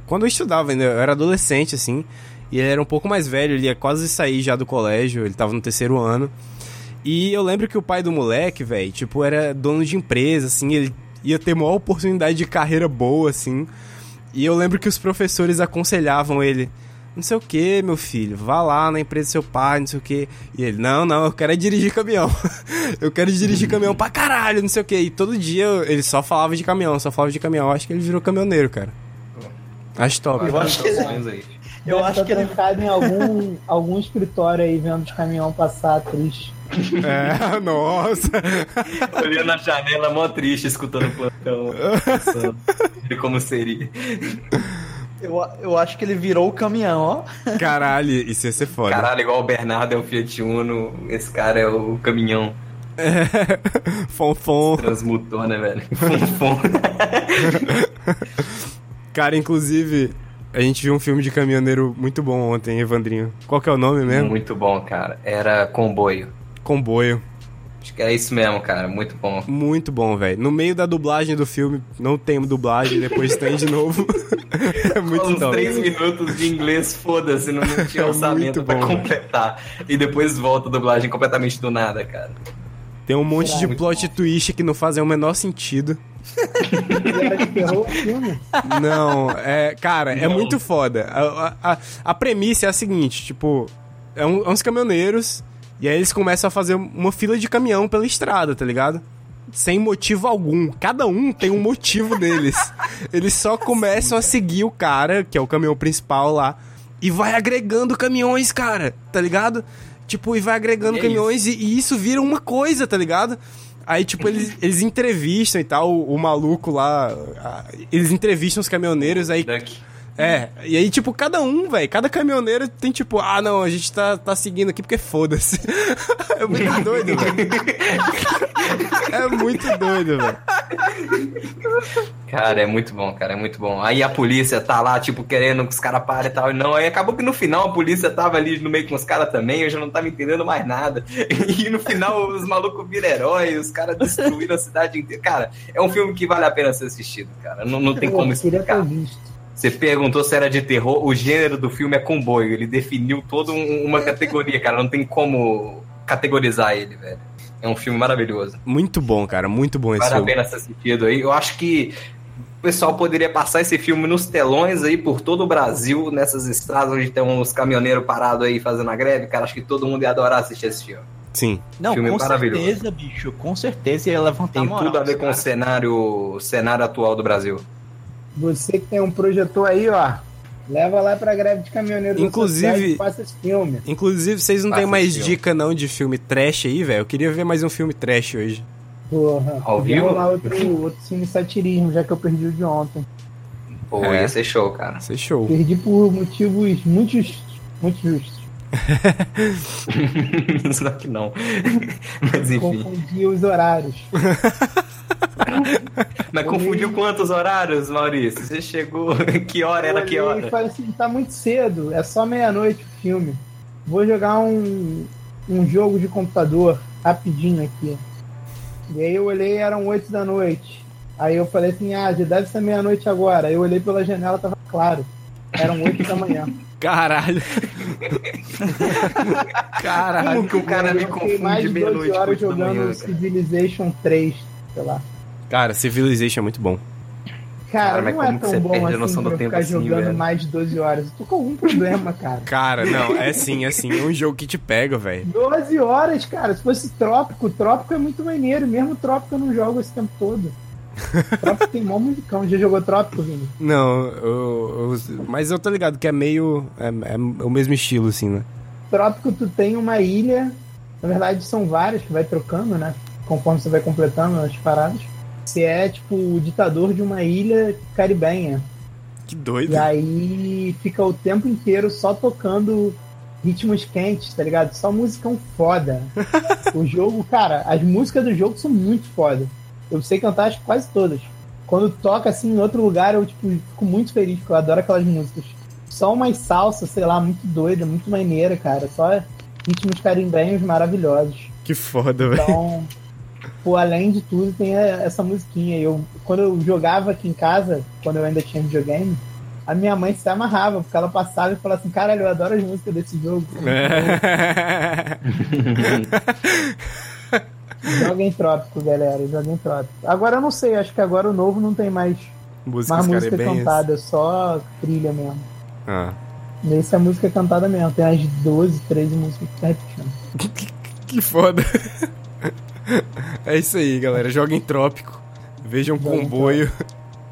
S6: Quando eu estudava ainda, eu era adolescente, assim. E ele era um pouco mais velho, ele ia quase sair já do colégio, ele tava no terceiro ano. E eu lembro que o pai do moleque, velho, tipo, era dono de empresa, assim, ele ia ter maior oportunidade de carreira boa, assim. E eu lembro que os professores aconselhavam ele: não sei o que, meu filho, vá lá na empresa do seu pai, não sei o que. E ele, não, não, eu quero é dirigir caminhão. eu quero dirigir caminhão pra caralho, não sei o que. E todo dia eu- ele só falava de caminhão, só falava de caminhão. Eu acho que ele virou caminhoneiro, cara. Acho é. top.
S1: Eu acho que-
S2: Sonhos aí.
S1: Eu
S5: Deve
S1: acho
S5: tá
S1: que ele.
S5: trancado em algum, algum escritório aí vendo os caminhão passar triste.
S6: É, nossa.
S2: Olhando na janela, mó triste, escutando o plantão. pensando em Como seria.
S1: Eu, eu acho que ele virou o caminhão, ó.
S6: Caralho, isso ia ser foda.
S2: Caralho, igual o Bernardo é o Fiat Uno, esse cara é o caminhão.
S6: Fonfon.
S2: Transmutou, né, velho? Fum, fum.
S6: Cara, inclusive, a gente viu um filme de caminhoneiro muito bom ontem, Evandrinho. Qual que é o nome mesmo?
S2: Muito bom, cara. Era comboio.
S6: Comboio.
S2: Acho que era isso mesmo, cara. Muito bom.
S6: Muito bom, velho. No meio da dublagem do filme, não tem dublagem, depois tem de novo. É muito
S2: Uns
S6: top.
S2: três minutos de inglês, foda-se, não tinha
S6: Muito
S2: orçamento pra
S6: bom,
S2: completar. E depois volta a dublagem completamente do nada, cara.
S6: Tem um monte de
S2: Muito
S6: plot twist que não fazem o menor sentido.
S5: Ele era de terror o filme.
S6: Não, é. Cara, é muito foda. A, a- a- a premissa é a seguinte: tipo, é, um- é uns caminhoneiros, e aí eles começam a fazer uma fila de caminhão pela estrada, tá ligado? Sem motivo algum. Cada um tem um motivo deles. Eles só começam a seguir o cara, que é o caminhão principal lá, e vai agregando caminhões, cara, tá ligado? Tipo, e vai agregando
S2: E é
S6: caminhões E, e isso vira uma coisa, tá ligado? Aí, tipo, eles, eles entrevistam e tal, o, o maluco lá. a- eles entrevistam os caminhoneiros, aí
S2: Duck.
S6: é, e aí, tipo, cada um, velho, cada caminhoneiro tem tipo, ah, não, a gente tá, tá seguindo aqui porque foda-se. É muito doido, velho. É muito doido, velho.
S2: Cara, é muito bom, cara, é muito bom. Aí a polícia tá lá, tipo, querendo que os caras parem e tal. e Não, aí acabou que no final a polícia tava ali no meio com os caras também, eu já não tava entendendo mais nada. E no final os malucos viram herói, os caras destruíram a cidade inteira. Cara, é um filme que vale a pena ser assistido, cara. Não, não tem
S5: Pô,
S2: como
S5: queria ter
S2: explicar.
S5: visto.
S2: Você perguntou se era de terror, o gênero do filme é comboio. Ele definiu toda um- uma categoria, cara. Não tem como categorizar ele, velho. É um filme maravilhoso.
S6: Muito bom, cara, muito bom esse
S2: Vale a
S6: filme.
S2: pena ser assistido aí. Eu acho que o pessoal poderia passar esse filme nos telões aí por todo o Brasil, nessas estradas onde tem os caminhoneiros parados aí fazendo a greve. Cara, acho que todo mundo ia adorar assistir esse filme.
S6: Sim.
S1: Não,
S2: Filme
S1: com
S2: maravilhoso.
S1: certeza, bicho. Com certeza ia levantar
S2: Tem
S1: moral,
S2: tudo a ver com o
S1: cara.
S2: cenário, o cenário atual do Brasil.
S5: Você que tem um projetor aí, ó. Leva lá pra greve de caminhoneiro da
S6: Inclusive-
S5: sua cidade e faça esse filme.
S6: Inclusive, vocês não
S2: Passa
S6: têm mais
S2: esse filme.
S6: dica não de filme trash aí, velho? Eu queria ver mais um filme trash hoje.
S5: Porra.
S2: Ao
S5: podia
S2: vivo?
S5: rolar outro, outro filme satirismo, já que eu perdi o de ontem.
S2: Pô,
S6: É.
S2: ia ser show, cara.
S6: Isso é show.
S5: Perdi por motivos muito justos. Muito justos.
S2: Só que não. Mas enfim.
S5: Confundi os horários.
S2: Mas confundiu quantos horários, Maurício? Você chegou. Que hora era que
S5: Eu
S2: hora?
S5: olhei e falei assim, tá muito cedo, é só meia-noite o filme. Vou jogar um, um jogo de computador rapidinho aqui. E aí eu olhei, eram 8 da noite. Aí eu falei assim, ah, já deve ser meia-noite agora. Aí eu olhei pela janela, tava claro. Eram 8 da manhã.
S6: Caralho.
S2: Como
S6: Caralho.
S2: que o cara me
S5: eu fiquei mais
S2: confunde
S5: de 12
S2: meia-noite,
S5: horas
S2: oito da
S5: jogando
S2: manhã, cara?
S5: Civilization 3, sei lá.
S6: Cara, Civilization é muito bom.
S5: Cara,
S2: Cara, mas
S5: não é
S2: como que
S5: tão
S2: você
S5: bom
S2: perde a
S5: assim
S2: noção do
S5: pra eu
S2: tempo
S5: ficar
S2: assim,
S5: jogando
S2: velho?
S5: mais de 12 horas. Eu tô com algum problema, cara.
S6: Cara, não, é sim, é sim. É um jogo que te pega, velho.
S5: 12 horas, cara. Se fosse trópico, trópico é muito maneiro. Mesmo trópico eu não jogo esse tempo todo. Trópico tem um mó musicão. Já jogou trópico, Vini?
S6: Não, eu, eu- mas eu tô ligado que é meio. É, é o mesmo estilo, assim, né?
S5: Trópico, tu tem uma ilha. Na verdade, são várias que vai trocando, né? Conforme você vai completando as paradas. Você é, tipo, o ditador de uma ilha caribenha.
S6: Que doido.
S5: E aí fica o tempo inteiro só tocando ritmos quentes, tá ligado? Só musicão foda. o jogo, cara, as músicas do jogo são muito foda. Eu sei cantar acho que quase todas. Quando toca assim em outro lugar, eu tipo, fico muito feliz, porque eu adoro aquelas músicas. Só umas salsa, sei lá, muito doida, muito maneira, cara. Só ritmos carimbenhos maravilhosos.
S6: Que foda, velho.
S5: Então, pô, além de tudo, tem a- essa musiquinha. Eu, quando eu jogava aqui em casa, quando eu ainda tinha videogame, a minha mãe se amarrava, porque ela passava e falava assim, caralho, eu adoro as músicas desse jogo.
S6: É.
S5: Joga em trópico, galera, joga em trópico. Agora eu não sei, acho que agora o novo não tem mais,
S6: Músicas
S5: mais música é
S6: caribenhas.
S5: cantada, é só trilha mesmo.
S6: Ah.
S5: Nesse é a música cantada mesmo. Tem as 12, 13 músicas que tá repetindo.
S6: Que foda. É isso aí, galera. Joguem Trópico. Vejam
S5: Joguem
S6: Comboio.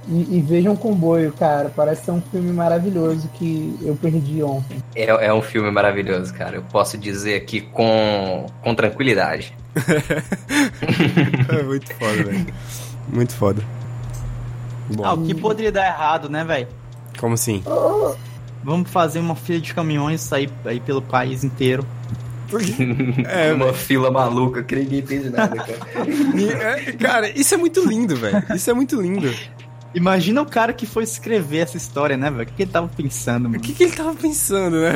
S5: E, e vejam Comboio, cara. Parece ser um filme maravilhoso que eu perdi ontem.
S2: É, é um filme maravilhoso, cara. Eu posso dizer aqui com, com tranquilidade.
S6: É muito foda, velho. Muito foda. Bom,
S1: Ah, o que poderia dar errado, né, velho?
S6: como assim?
S1: Vamos fazer uma fila de caminhões sair aí pelo país inteiro.
S6: É,
S2: uma fila maluca que ninguém entende nada, cara.
S6: E, é, Cara, isso é muito lindo, velho. Isso é muito lindo.
S1: Imagina o cara que foi escrever essa história, né, velho? O que, que ele tava pensando, mano?
S6: O que, que ele tava pensando, né?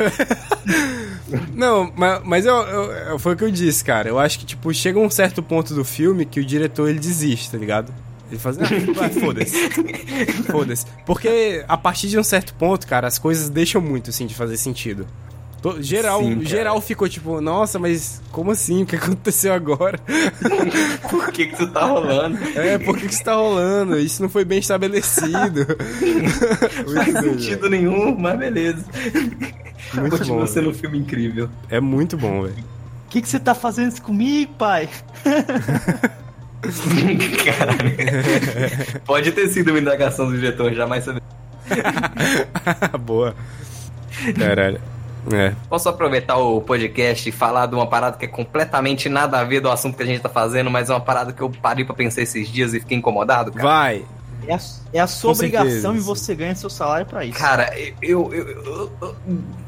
S6: Não, mas, mas eu, eu- eu- foi o que eu disse, cara. Eu acho que, tipo, chega um certo ponto do filme que o diretor, ele desiste, tá ligado? Ele faz, ah, vai, foda-se. Foda-se. Porque a partir de um certo ponto, cara, as coisas deixam muito, assim, de fazer sentido. To- geral,
S2: Sim, cara.
S6: geral ficou tipo, nossa, mas como assim? O que aconteceu agora?
S2: Por que que isso tá rolando?
S6: É, por que, que isso tá rolando? Isso não foi bem estabelecido. Muito
S2: Não faz
S6: doido,
S2: sentido nenhum, mas beleza.
S6: Muito
S2: Continua
S6: bom,
S2: sendo um filme incrível.
S6: velho. É muito bom, velho.
S1: O que, que você tá fazendo isso comigo, pai?
S2: Caralho. Pode ter sido uma indagação do diretor, jamais sabe.
S6: Boa. Caralho. É.
S2: Posso aproveitar o podcast e falar de uma parada que é completamente nada a ver do assunto que a gente tá fazendo, mas é uma parada que eu parei pra pensar esses dias e fiquei incomodado, cara.
S6: Vai.
S1: É a, é a sua
S6: Com
S1: obrigação
S6: certeza.
S1: e você ganha seu salário pra isso.
S2: Cara, eu, eu- eu- eu-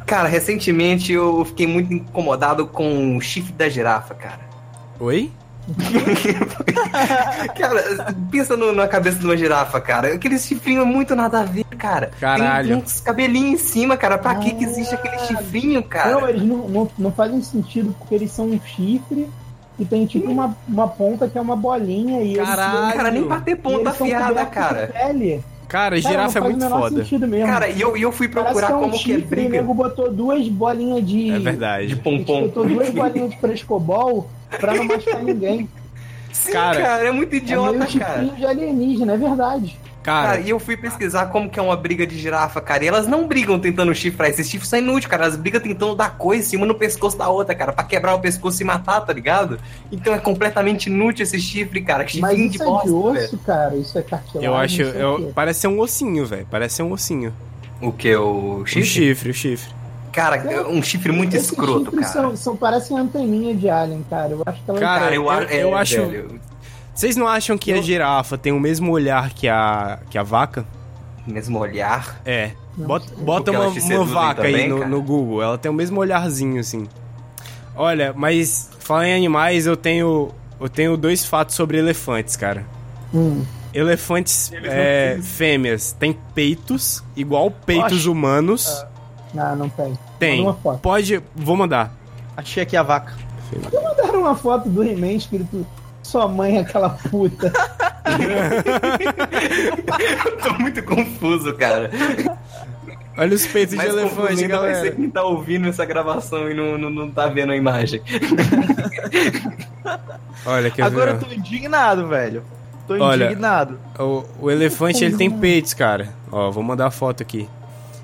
S2: Cara, recentemente eu fiquei muito incomodado com o chifre da girafa, cara.
S6: Oi?
S2: Cara, pensa no- na cabeça de uma girafa, cara. Aquele chifrinho é muito nada a ver, cara.
S6: Caralho.
S2: Tem uns cabelinhos em cima, cara. Pra que que existe aquele chifrinho, cara?
S5: Não, é eles não, não, não fazem sentido porque eles são um chifre e tem tipo uma, uma ponta que é uma bolinha e eles-
S6: Caralho.
S2: Cara, nem pra ter
S5: e eles
S2: ponta
S5: são
S2: afiada,
S5: cobertos de
S2: cara.
S5: Pele.
S6: Cara,
S5: Cara,
S6: girafa é
S5: não faz o
S6: muito
S5: menor
S6: foda.
S5: sentido mesmo.
S2: Cara, e eu, e eu fui
S5: Parece
S2: procurar
S5: que é um
S2: como que é
S5: chifre, o
S2: briga Um
S5: nego botou duas bolinhas de.
S6: É
S2: de
S6: verdade.
S2: pompom.
S5: Botou duas bolinhas de frescobol pra não machucar ninguém.
S2: Sim,
S6: Cara.
S2: cara, é muito
S5: é
S2: idiota,
S5: meio
S2: cara.
S5: chifrinho de alienígena, é verdade.
S2: Cara,
S6: Cara,
S2: e eu fui pesquisar como que é uma briga de girafa, cara. E elas não brigam tentando chifrar. Esses chifres são inúteis, é cara. Elas brigam tentando dar coisa em cima no pescoço da outra, cara. Pra quebrar o pescoço e matar, tá ligado? Então é completamente inútil esse chifre, cara.
S5: Mas
S2: Chifrinho de
S5: isso é
S2: bosta,
S5: de
S2: velho.
S5: osso, cara. Isso é cartilagem.
S6: eu acho.
S5: não sei o
S6: Eu,
S5: quê.
S6: parece ser um ossinho, velho. Parece ser um ossinho.
S2: O que? O
S6: O
S2: chifre?
S6: chifre, o chifre.
S2: Cara, é um chifre muito
S5: Esses
S2: escroto,
S5: chifres
S2: cara.
S5: São, são, parecem anteninha de alien, cara. Eu acho que ela
S6: Cara, eu-
S2: a- é,
S6: eu acho-
S2: velho,
S6: Vocês não acham que a girafa tem o mesmo olhar que a, que a vaca?
S2: mesmo olhar.
S6: É.
S5: Não
S6: Bota,
S5: sei.
S6: bota
S2: Porque
S6: uma,
S2: elas te
S6: uma
S2: seduzem
S6: vaca aí
S2: também,
S6: no,
S2: cara.
S6: no Google. Ela tem o mesmo olharzinho, assim. Olha, mas falando em animais, eu tenho. Eu tenho dois fatos sobre elefantes, cara.
S5: Hum.
S6: Elefantes é, fêmeas têm peitos, igual peitos humanos.
S5: Não, não tem.
S6: Tem.
S5: Manda uma foto.
S6: Pode. Vou mandar.
S1: Achei aqui a vaca.
S5: Mandaram uma foto do He-Man escrito Sua mãe é aquela puta.
S2: Eu tô muito confuso, cara.
S6: Olha os peitos
S2: Mas
S6: de elefante,
S2: vai ser
S6: galera.
S2: quem tá ouvindo essa gravação e não, não, não tá vendo a imagem.
S6: Olha, quer
S1: Agora eu
S6: ver?
S1: tô indignado, velho. Tô
S6: Olha.
S1: indignado.
S6: O, o elefante, ele tem peitos, cara. Ó, vou mandar a foto aqui.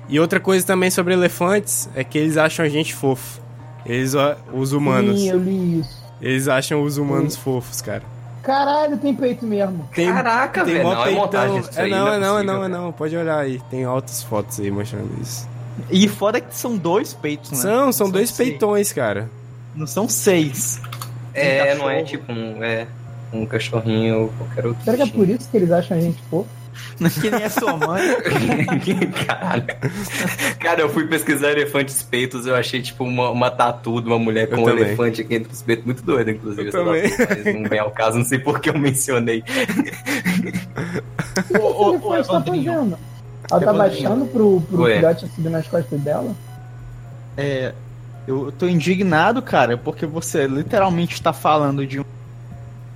S6: E outra coisa também sobre elefantes é que eles acham a gente fofo. Eles, ó, os humanos.
S5: Sim, eu li isso.
S6: Eles acham os humanos fofos, cara.
S5: Caralho, tem peito mesmo.
S6: Tem,
S2: Caraca, velho.
S6: mó
S2: Não, é montagem isso
S6: é
S2: aí,
S6: não,
S2: não é
S6: é não, é
S2: possível,
S6: não, é
S2: cara.
S6: não. Pode olhar aí. Tem altas fotos aí mostrando isso.
S1: E fora que são dois peitos, né?
S6: São,
S1: Não
S6: são dois
S1: seis.
S6: peitões, cara.
S1: Não são seis.
S2: É,
S1: Um
S2: não é
S1: cachorro.
S2: tipo um, é, um cachorrinho ou qualquer outro.
S5: Será que é
S2: bichinho.
S5: por isso que eles acham a gente fofo?
S1: Que nem é sua mãe.
S2: Caralho. Cara, eu fui pesquisar elefantes peitos, eu achei tipo uma, uma tatu de uma mulher
S6: Eu
S2: com um
S6: também.
S2: elefante aqui entre os peitos. Muito doido,
S6: Eu
S2: inclusive. essa
S6: também.
S2: tatu, mas não vem ao caso, não sei por que eu mencionei.
S5: O que
S1: Ô, ô,
S5: o
S1: ô,
S5: elefante tá
S1: Evandrinho.
S5: fazendo? Ela tá
S1: Evandrinho.
S5: baixando pro, pro
S2: Ué.
S5: filhote subir nas costas dela?
S1: Eu tô indignado, cara, porque você literalmente tá falando de um.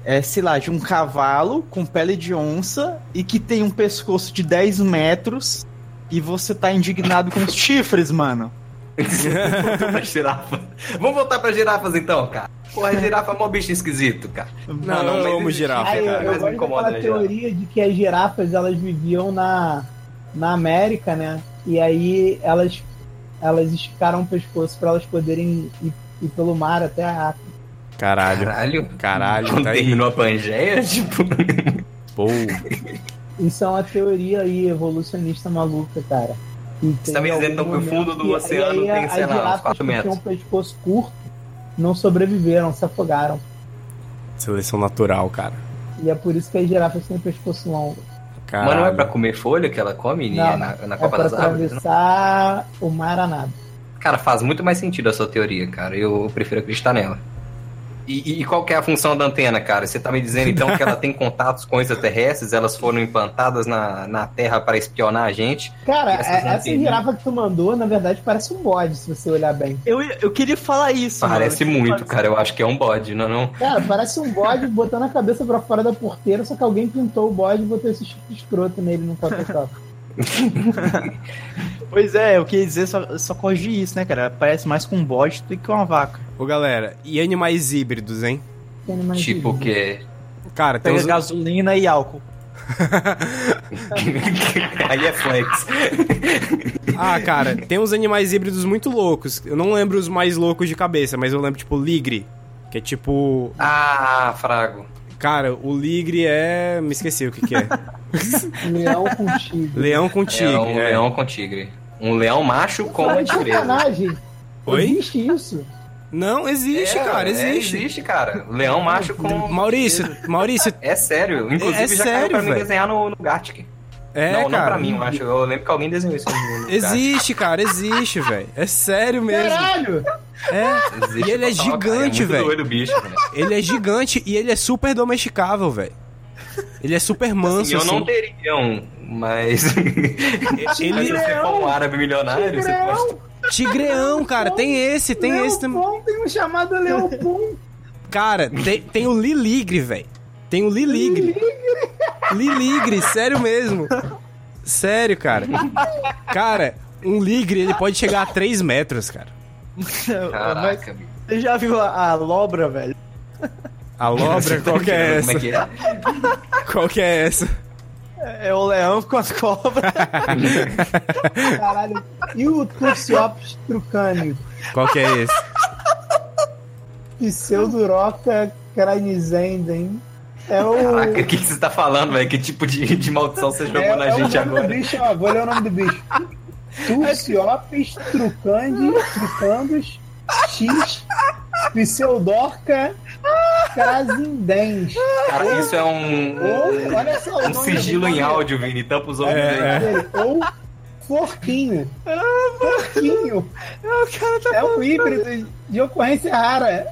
S1: É, sei lá, de um cavalo com pele de onça e que tem um pescoço de 10 metros e você tá indignado com os chifres, mano.
S2: Voltou pra girafa. Vamos voltar pra girafas então, cara. Porra, girafa é mó bicho esquisito, cara.
S6: Não, não,
S2: Ah, mas
S6: eu amo
S2: existe,
S6: girafa,
S2: cara,
S5: Aí, eu,
S6: cara.
S5: eu
S2: mas me
S5: gosto
S2: incomoda,
S5: daquela
S2: né, girafa?
S5: teoria de que as girafas elas viviam na, na América, né? E aí elas elas esticaram o pescoço pra elas poderem ir, ir pelo mar até a África.
S6: Caralho.
S2: Caralho.
S6: Caralho,
S2: Quando
S6: tá aí.
S2: terminou a Pangeia, tipo.
S6: Pô,
S5: Isso é uma teoria aí evolucionista maluca, cara. E
S2: Você
S5: tem
S2: tá me dizendo
S5: algum
S2: então que o
S5: momento
S2: fundo do
S5: que-
S2: oceano
S5: e aí
S2: tem, sei
S5: as
S2: lá, uns
S5: girafas
S2: 4
S5: que
S2: metros.
S5: tinham um pescoço curto, não sobreviveram, se afogaram.
S6: seleção natural, cara.
S5: E é por isso que as girafas têm pescoço longo.
S6: Caralho.
S2: Mas não é pra comer folha que ela come né?
S5: Não,
S2: na, na
S5: É
S2: Copa
S5: pra
S2: das Árvores? né?
S5: atravessar o mar a nada.
S2: não? Cara, faz muito mais sentido a sua teoria, cara. Eu prefiro acreditar nela. E, e- e qual que é a função da antena, cara? Você tá me dizendo então que ela tem contatos com extraterrestres, elas foram implantadas na, na Terra para espionar a gente.
S5: Cara,
S2: Essas
S5: é-
S2: não
S5: essa
S2: tem, né?
S5: girafa que tu mandou, na verdade, parece um bode, se você olhar bem.
S1: Eu, eu queria falar isso. mano.
S2: Parece
S1: Eu queria
S2: muito,
S1: falar
S2: cara. Eu acho que é um bode, não, é não?
S5: Cara, parece um bode botando a cabeça pra fora da porteira, só que alguém pintou o bode e botou esse tipo escroto nele no Photoshop.
S1: isso. Pois é, eu queria dizer, só, só corrigir isso, né, cara? Parece mais com um bode do que com uma vaca.
S6: Ô, galera, e animais híbridos, hein?
S5: Tem animais
S2: Tipo o
S5: vivos.
S2: quê?
S6: Cara, tem
S1: Pega
S6: uns...
S1: gasolina e álcool.
S2: Aí é flex.
S6: Ah, cara, tem uns animais híbridos muito loucos. Eu não lembro os mais loucos de cabeça, mas eu lembro, tipo, ligre. Que é tipo.
S2: Ah, Frago.
S6: Cara, o ligre é. Me esqueci o que, que é.
S5: Leão com tigre.
S6: Leão com
S2: É
S6: tigre.
S2: um
S6: é.
S2: leão com tigre. Um leão macho com
S5: Pô,
S2: uma
S5: de
S2: tigresa.
S5: sacanagem.
S6: Oi?
S5: Existe isso?
S6: Não, existe,
S2: É,
S6: cara,
S2: é,
S6: existe.
S2: existe, cara. Leão macho com.
S6: Maurício, Maurício,
S2: É sério. Inclusive
S6: É
S2: já
S6: sério,
S2: caiu pra mim
S6: velho.
S2: desenhar no, no Gartic.
S6: é, cara.
S2: não, não pra mim, eu acho. Eu lembro que alguém desenhou isso no no
S6: Existe, cara, existe, velho. É sério mesmo.
S5: Caralho!
S6: É,
S2: Gartic. Existe
S6: E ele é
S2: total, cara.
S6: gigante,
S2: muito
S6: velho.
S2: doido o bicho, velho.
S6: ele é gigante e ele é super domesticável, velho. Ele é super manso,
S2: E eu
S6: assim.
S2: não teria um, mas. Mas
S6: Ele
S2: você for um árabe milionário, você pode.
S6: Tigreão, cara, tem esse, tem esse também.
S5: Leopom, tem um chamado Leopom.
S6: Cara, tem, tem o Liligre, velho. Tem o Liligre. Liligre, sério mesmo. Sério, cara. Cara, um ligre, ele pode chegar a 3 metros, cara.
S2: Caraca, bicho.
S1: Você já viu a, a lobra, velho?
S6: A
S2: Você
S6: lobra,
S2: tá
S6: qual que é
S2: entendendo
S6: essa?
S2: Como é que é?
S6: Qual que é essa?
S1: É o leão com as cobras.
S5: Caralho. E o Turciops trucânio?
S6: Qual que é esse?
S5: Pseuduroca cranisenden. É o.
S2: Caraca, o que, que você tá falando, velho? Que tipo de, de maldição você jogou
S5: é,
S2: na
S5: é
S6: um
S2: gente
S5: o nome
S2: agora?
S5: do bicho, ó. Vou ler o nome do bicho. Turciops trucandi, trucandos, X, Pseudorca crasindens.
S2: Cara, isso é um,
S5: Ou, olha só, o
S2: um
S5: nome
S2: sigilo
S5: do
S2: em
S5: nome
S2: áudio, Vini. Tampa os ouvidos aí.
S6: É,
S5: dele. Ou Forquinho. Forquinho.
S2: tá
S5: É um híbrido de ocorrência rara.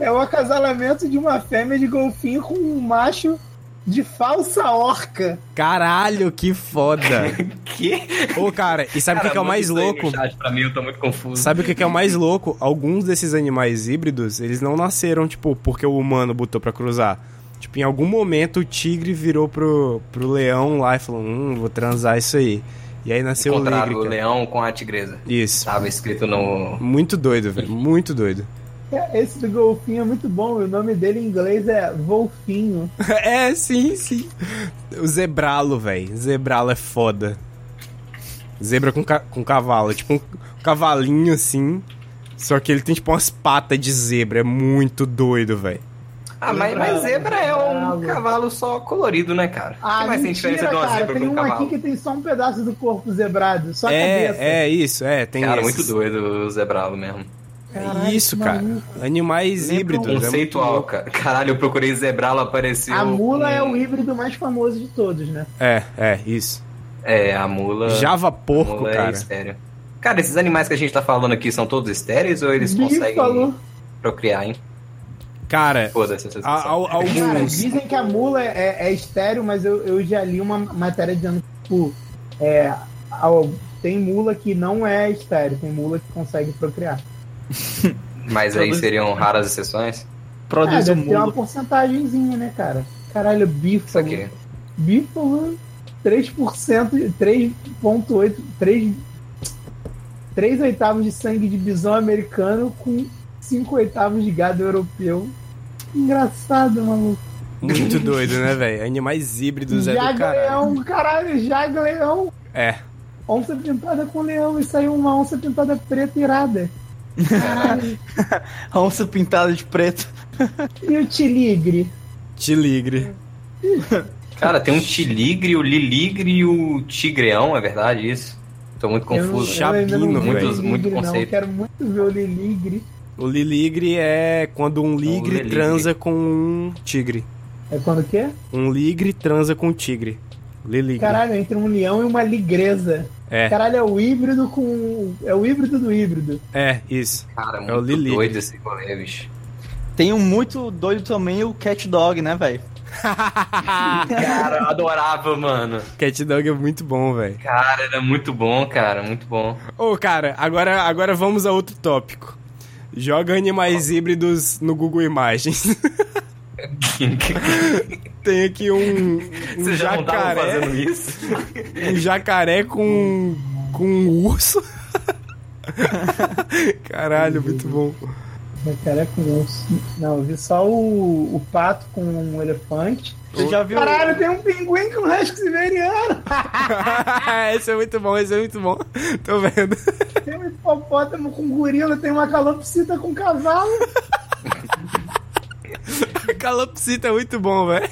S5: É o acasalamento de uma fêmea de golfinho com um macho de falsa orca.
S6: Caralho, que foda.
S2: Que?
S6: Ô, cara, e sabe o que, que é o
S2: manda
S6: mais
S2: isso aí no
S6: louco?
S2: Chat, pra mim, eu tô muito confuso.
S6: Sabe o que, que é o mais louco? Alguns desses animais híbridos, eles não nasceram, tipo, porque o humano botou pra cruzar. Tipo, em algum momento o tigre virou pro, pro leão lá e falou: Hum, vou transar isso aí. E aí nasceu o ligre.
S2: Encontraram o
S6: cara.
S2: leão com a tigresa.
S6: Isso.
S2: Tava escrito no.
S6: Muito doido, velho. Muito doido.
S5: Esse do golfinho é muito bom. O nome dele em inglês é Wolfinho.
S6: é, sim, sim. O zebralo, velho. Zebralo é foda. Zebra com, ca- com cavalo. É Tipo um cavalinho assim. Só que ele tem, tipo, umas patas de zebra. É muito doido, velho.
S2: Ah, mas,
S5: né?
S2: mas zebra é um cavalo só colorido, né, cara? O que mais tem diferença de uma
S5: Ah, cara.
S2: zebra pra
S5: Tem
S2: um
S5: um aqui
S2: cavalo?
S5: que tem só um pedaço do corpo zebrado. Só a
S6: É,
S5: cabeça.
S6: é isso, é, tem
S2: Cara,
S6: esses.
S2: muito doido o zebralo mesmo.
S6: É isso, cara. Animais
S1: Lembra um
S6: híbridos. é muito
S2: Conceitual,
S6: louco.
S2: cara. Caralho, eu procurei zebralo, apareceu.
S5: A mula é o
S2: um-
S5: híbrido mais famoso de todos, né?
S6: É, é, isso.
S2: É, a mula.
S6: Java porco,
S2: mula É
S6: cara.
S2: estéreo. Cara, esses animais que a gente tá falando aqui são todos estéreis ou eles conseguem
S5: Bífalo.
S2: procriar, hein?
S6: Cara,
S2: Foda-se essa
S6: a-
S2: sensação.
S6: al- alguns.
S5: Cara, dizem que a mula é, é estéreo, mas eu, eu já li uma matéria dizendo que, tipo, é, ao- tem mula que não é estéreo, tem mula que consegue procriar.
S2: Mas aí
S1: Produz-
S2: seriam raras exceções?
S5: É,
S1: Produz o
S5: deve ter uma
S1: mundo.
S5: porcentagemzinha, né, cara? Caralho,
S2: Isso
S5: bífalo.
S2: aqui.
S5: Bífalo, 3%, 3,8%, 3, 3 oitavos de sangue de bisão americano com 5 oitavos de gado europeu. Engraçado, maluco.
S6: Muito
S5: um
S6: doido, né, velho? Animais híbridos é do caralho.
S5: Jagleão, caralho, Jagleão.
S6: É.
S5: onça pintada com leão e saiu uma onça pintada preta irada. Caralho.
S1: A onça pintada de preto.
S5: e o tiligre?
S6: Tiligre.
S2: Cara, tem um tiligre, o liligre e o tigreão, é verdade isso? Tô muito
S5: Eu não-
S2: confuso.
S5: eu ainda não
S6: Chapino,
S5: vi o
S2: muitos-
S5: liligre,
S2: muito
S5: não.
S2: conceito.
S5: Quero muito ver o liligre.
S6: O liligre é quando um ligre
S2: liligre.
S6: transa com um tigre.
S5: É quando o quê?
S6: Um ligre transa com um tigre. Liligre.
S5: Caralho, entre um leão e uma ligreza.
S6: É,
S5: Caralho, é o híbrido com. É o híbrido do híbrido.
S6: é, isso.
S2: Cara,
S6: o
S2: muito
S6: liligre.
S2: doido esse rolê, bicho.
S1: Tem um muito doido também, o cat dog, né, velho?
S2: Cara, eu adorava, mano.
S6: Cat Dog é muito bom, velho.
S2: Cara, era muito bom, cara, muito bom.
S6: Ô, cara, agora, agora vamos a outro tópico. Joga animais híbridos no Google Imagens. Tem aqui um, um
S2: Vocês já não estavam
S6: jacaré,
S2: fazendo isso?
S6: um jacaré com, com um urso. Caralho, muito bom.
S5: Jacaré é com urso. Não, eu vi só o, o pato com um elefante.
S1: Você já viu?
S5: Caralho, tem um pinguim com rasco siberiano.
S6: esse é muito bom, esse é muito bom. Tô vendo.
S5: Tem um hipopótamo com gorila. Tem uma calopsita com cavalo.
S6: Calopsita é muito bom, velho.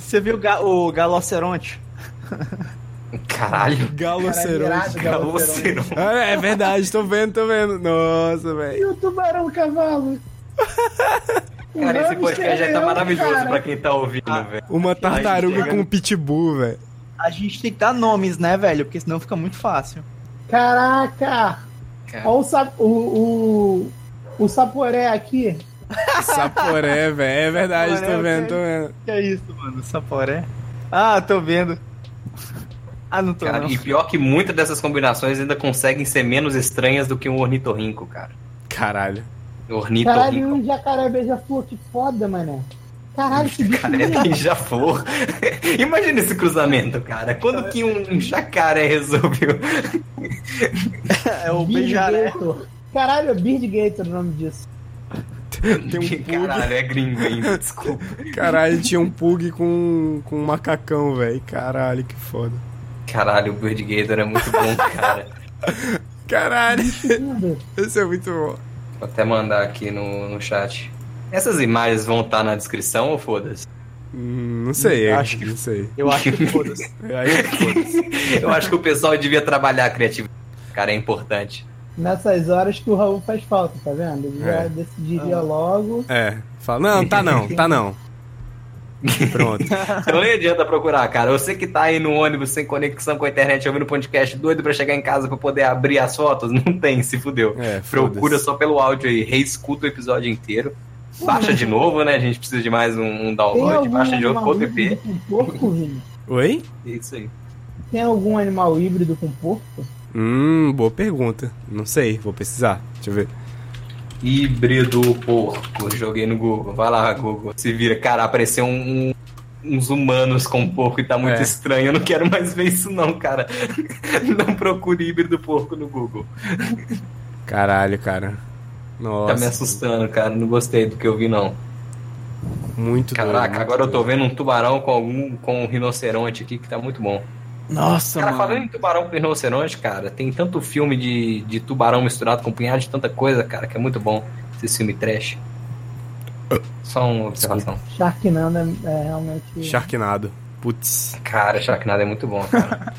S1: Você viu o, ga- o galoceronte?
S2: Caralho. um
S5: Caralho,
S6: Galoceronte.
S5: irado, galoceronte.
S2: Galoceron.
S6: Ah, é verdade, tô vendo, tô vendo. Nossa, velho.
S5: E o tubarão cavalo. O
S2: Cara, esse
S5: hamster
S2: podcast já tá
S5: leão,
S2: maravilhoso
S5: cara.
S2: pra quem tá ouvindo, velho.
S6: Uma tartaruga
S2: gente.
S6: com um pitbull, velho.
S1: A gente tem que dar nomes, né, velho? Porque senão fica muito fácil.
S5: Caraca!
S2: Cara.
S5: Olha o, sapo, o, o, o saporé aqui.
S6: Saporé, velho. É verdade, tô
S1: Saporé,
S6: vendo, tô vendo.
S1: Que é isso, mano? Saporé? Ah, tô vendo. Ah, não tô
S2: Cara,
S1: não.
S2: e pior que muitas dessas combinações ainda conseguem ser menos estranhas do que um ornitorrinco, cara.
S6: Caralho.
S5: Caralho, e
S2: Ornitorrinco.
S5: um jacaré beija-flor, que foda, mané. Caralho, que bicho
S2: Cara, é
S5: lindo.
S2: já for. Imagina esse cruzamento, cara. Quando que um jacaré resolveu?
S1: É o
S5: Bird
S1: beijaré.
S2: né?
S5: Gator. Caralho, é Bird Gator o nome disso.
S6: Tem um pug.
S2: Caralho, é gringo ainda, desculpa.
S6: Caralho, tinha um pug com, com um macacão, velho. Caralho, que foda.
S2: Caralho, o Bird Gator é muito bom, cara.
S6: Caralho,
S5: Lindo.
S6: esse é muito bom.
S2: Vou até mandar aqui no, no chat. Essas imagens vão estar na descrição ou foda-se?
S6: Hum, não sei,
S1: Acho
S6: acho
S1: que-
S6: que não sei.
S1: Eu acho que foda-se.
S6: Eu acho que foda-se.
S2: Eu acho que o pessoal devia trabalhar a criatividade. Cara, é importante.
S5: Nessas horas que o Raul faz falta, tá vendo? Ele já
S6: É.
S5: decidiria
S2: Ah.
S5: logo.
S6: É, fala, não, tá não, tá não. Pronto.
S2: Então nem adianta procurar, cara. Você que tá aí no ônibus sem conexão com a internet, ouvindo podcast, doido pra chegar em casa pra poder abrir as fotos, não tem, se fudeu.
S6: É,
S2: Procura
S6: foda-se.
S2: só pelo áudio aí, reescuta o episódio inteiro. Baixa de novo, né? A gente precisa de mais um, um
S5: Tem
S2: download.
S5: algum
S2: Baixa de outro
S5: animal
S2: outro
S5: híbrido
S2: EP.
S5: com porco, Vini?
S6: Oi?
S2: Isso aí.
S5: Tem algum animal híbrido com porco?
S6: Hum, boa pergunta. Não sei, vou precisar. Deixa eu ver.
S2: Híbrido porco. Joguei no Google. Vai lá, Google. Se vira. Cara, apareceu um- um- uns humanos com porco e tá muito
S6: É.
S2: estranho. Eu não quero mais ver isso, não, cara. Não procure híbrido porco no Google.
S6: Caralho, cara.
S2: Tá me
S6: Nossa,
S2: assustando, cara. Não gostei do que eu vi, não.
S6: muito doido,
S2: Caraca,
S6: muito
S2: agora eu tô
S6: doido.
S2: vendo um tubarão com algum com um rinoceronte aqui que tá muito bom.
S1: Nossa,
S2: Cara, falando
S1: mano.
S2: em tubarão com rinoceronte, cara, tem tanto filme de, de tubarão misturado com punhado de tanta coisa, cara, que é muito bom esse filme trash. Só uma observação.
S5: Sharknado é, é realmente.
S6: Sharknado. Putz.
S2: Cara, Sharknado é muito bom, cara.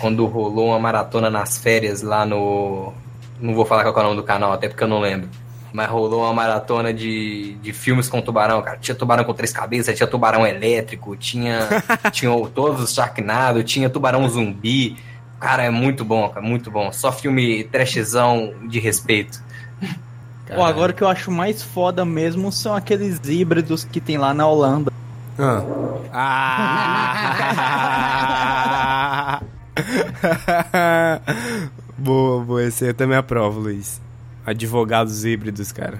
S2: Quando rolou uma maratona nas férias lá no. Não vou falar qual que é o nome do canal, até porque eu não lembro. Mas rolou uma maratona de, de filmes com tubarão, cara. Tinha tubarão com três cabeças, tinha tubarão elétrico, tinha, tinha o- todos os Sharknado, tinha tubarão zumbi. Cara, é muito bom, cara, muito bom. Só filme trashzão de respeito.
S1: Pô, agora o que eu acho mais foda mesmo são aqueles híbridos que tem lá na Holanda.
S6: Ah. Ah. boa, boa. Esse aí eu também aprovo, Luiz. Advogados híbridos, cara.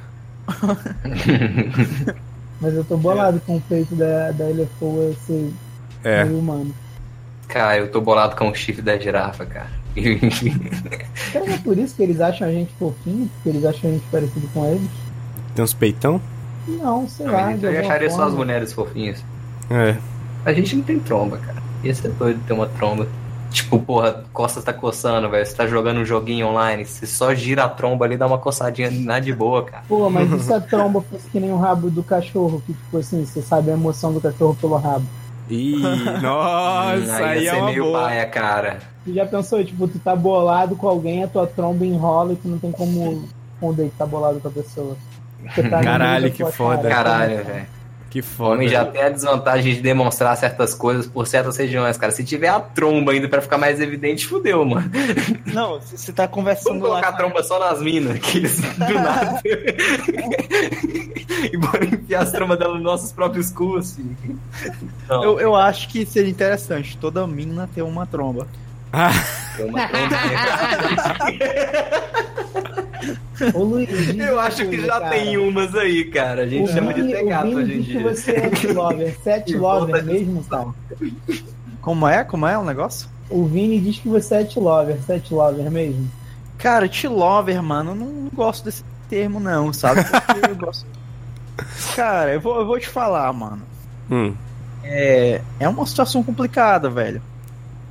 S5: Mas eu tô
S2: É.
S5: bolado com o peito da, da Elefoa ser
S6: É.
S5: meio humano.
S2: Cara, eu tô bolado com o chifre da girafa, cara.
S5: Será que é por isso que eles acham a gente fofinho? Porque eles acham a gente parecido com eles?
S6: Tem uns peitão?
S5: Não, sei lá. de
S2: eu
S5: alguma
S2: acharia só
S5: forma.
S2: as mulheres fofinhas.
S6: É.
S2: A gente não tem tromba, cara. Ia ser doido ter uma tromba. Tipo, porra, costa tá coçando, velho. Você tá jogando um joguinho online, você só gira a tromba ali, dá uma coçadinha na de boa, cara.
S5: Pô, mas e se a tromba fosse que nem o rabo do cachorro, que tipo assim, você sabe a emoção do cachorro pelo rabo?
S6: Ih, nossa,
S2: Hum,
S6: aí
S2: ia
S6: é
S2: ser
S6: uma
S2: meio
S6: boa.
S2: paia, cara.
S5: Tu já pensou, tipo, tu tá bolado com alguém, a tua tromba enrola e tu não tem como esconder que tá bolado com a pessoa. Você tá
S6: Caralho,
S5: rindo da
S6: que
S5: tua
S6: foda.
S5: cara.
S2: Caralho, velho.
S6: Que
S2: O
S6: foda.
S2: homem já tem a desvantagem de demonstrar certas coisas por certas regiões, cara. Se tiver a tromba ainda pra ficar mais evidente, fudeu, mano.
S1: Não, se você tá
S2: Vamos
S1: conversando lá.
S2: colocar a
S1: com
S2: tromba só nas minas, que eles- do nada. e bora enfiar as trombas dela nos nossos próprios assim. Então, cus, filho. Não,
S1: Eu, eu acho que seria interessante toda mina ter uma tromba.
S2: eu uma tromba.
S5: Ô, Luiz, diz
S2: Eu
S5: uma
S2: acho que
S5: coisa,
S2: já
S5: cara.
S2: tem umas aí, cara. A gente
S5: O
S2: chama de
S5: Vini- o
S2: tegato
S5: Vini
S2: é hoje em
S5: diz que
S2: dia.
S5: você é pet lover, set
S2: Que
S5: lover
S2: volta
S5: mesmo, cara.
S1: Como é? Como é o negócio?
S5: O Vini diz que você é pet lover, set lover mesmo.
S1: Cara, T-Lover, mano, eu não gosto desse termo, não, sabe? Porque eu gosto. Cara, eu vou, eu vou te falar, mano.
S6: Hum,
S1: É, é uma situação complicada, velho.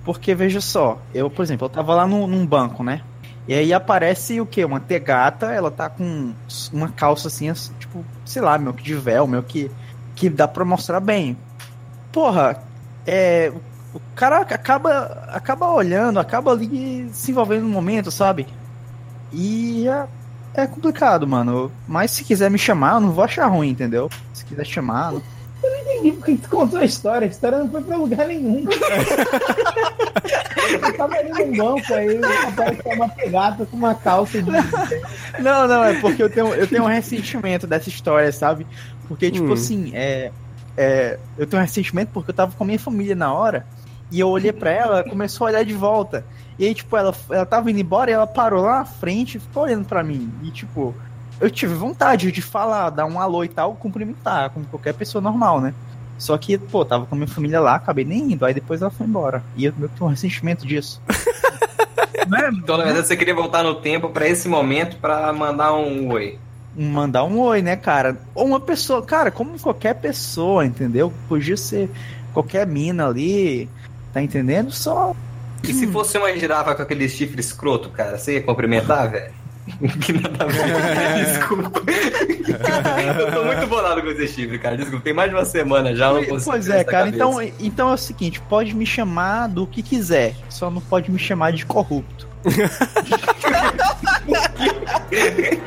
S1: Porque, veja só, eu, por exemplo, eu tava lá num, num banco, né? E aí aparece o quê? Uma tegata, ela tá com s- uma calça assim, as- tipo, sei lá, meu que de véu, meu que. que dá pra mostrar bem. Porra, é. O cara acaba, acaba olhando, acaba ali se envolvendo no momento, sabe? E é, é complicado, mano. Mas se quiser me chamar, eu não vou achar ruim, entendeu? Se quiser chamar, não
S5: entendi porque tu contou a história. A história não foi pra lugar nenhum. eu tava ali num banco, aí apareceu uma pegada com uma calça de.
S1: Não, não, é porque eu tenho, eu tenho um ressentimento dessa história, sabe? Porque, tipo
S6: Hum.
S1: assim, é, é, eu tenho um ressentimento porque eu tava com a minha família na hora e eu olhei pra ela, ela começou a olhar de volta. E aí, tipo, ela, ela tava indo embora e ela parou lá na frente e ficou olhando pra mim. E, tipo, eu tive vontade de falar, dar um alô e tal, cumprimentar, como qualquer pessoa normal, né? Só que, pô, tava com a minha família lá, acabei nem indo. Aí depois ela foi embora. E eu, eu tenho um ressentimento disso.
S2: Então, na verdade, você queria voltar no tempo pra esse momento pra mandar um oi.
S1: mandar um oi, né, cara? Ou uma pessoa, cara, como qualquer pessoa, entendeu? Podia ser qualquer mina ali, tá entendendo? Só.
S2: E
S5: Hum.
S2: se fosse uma girafa com aquele chifre escroto, cara, você ia cumprimentar, velho? Que nada a ver. Desculpa. eu tô muito bolado com esse chifre, cara. Desculpa, tem mais de uma semana já. eu não
S1: Pois,
S2: consigo
S1: pois
S2: tirar
S1: é,
S2: isso da
S1: cara.
S2: cabeça.
S1: Então, então é o seguinte: pode me chamar do que quiser, só não pode me chamar de corrupto.
S7: Get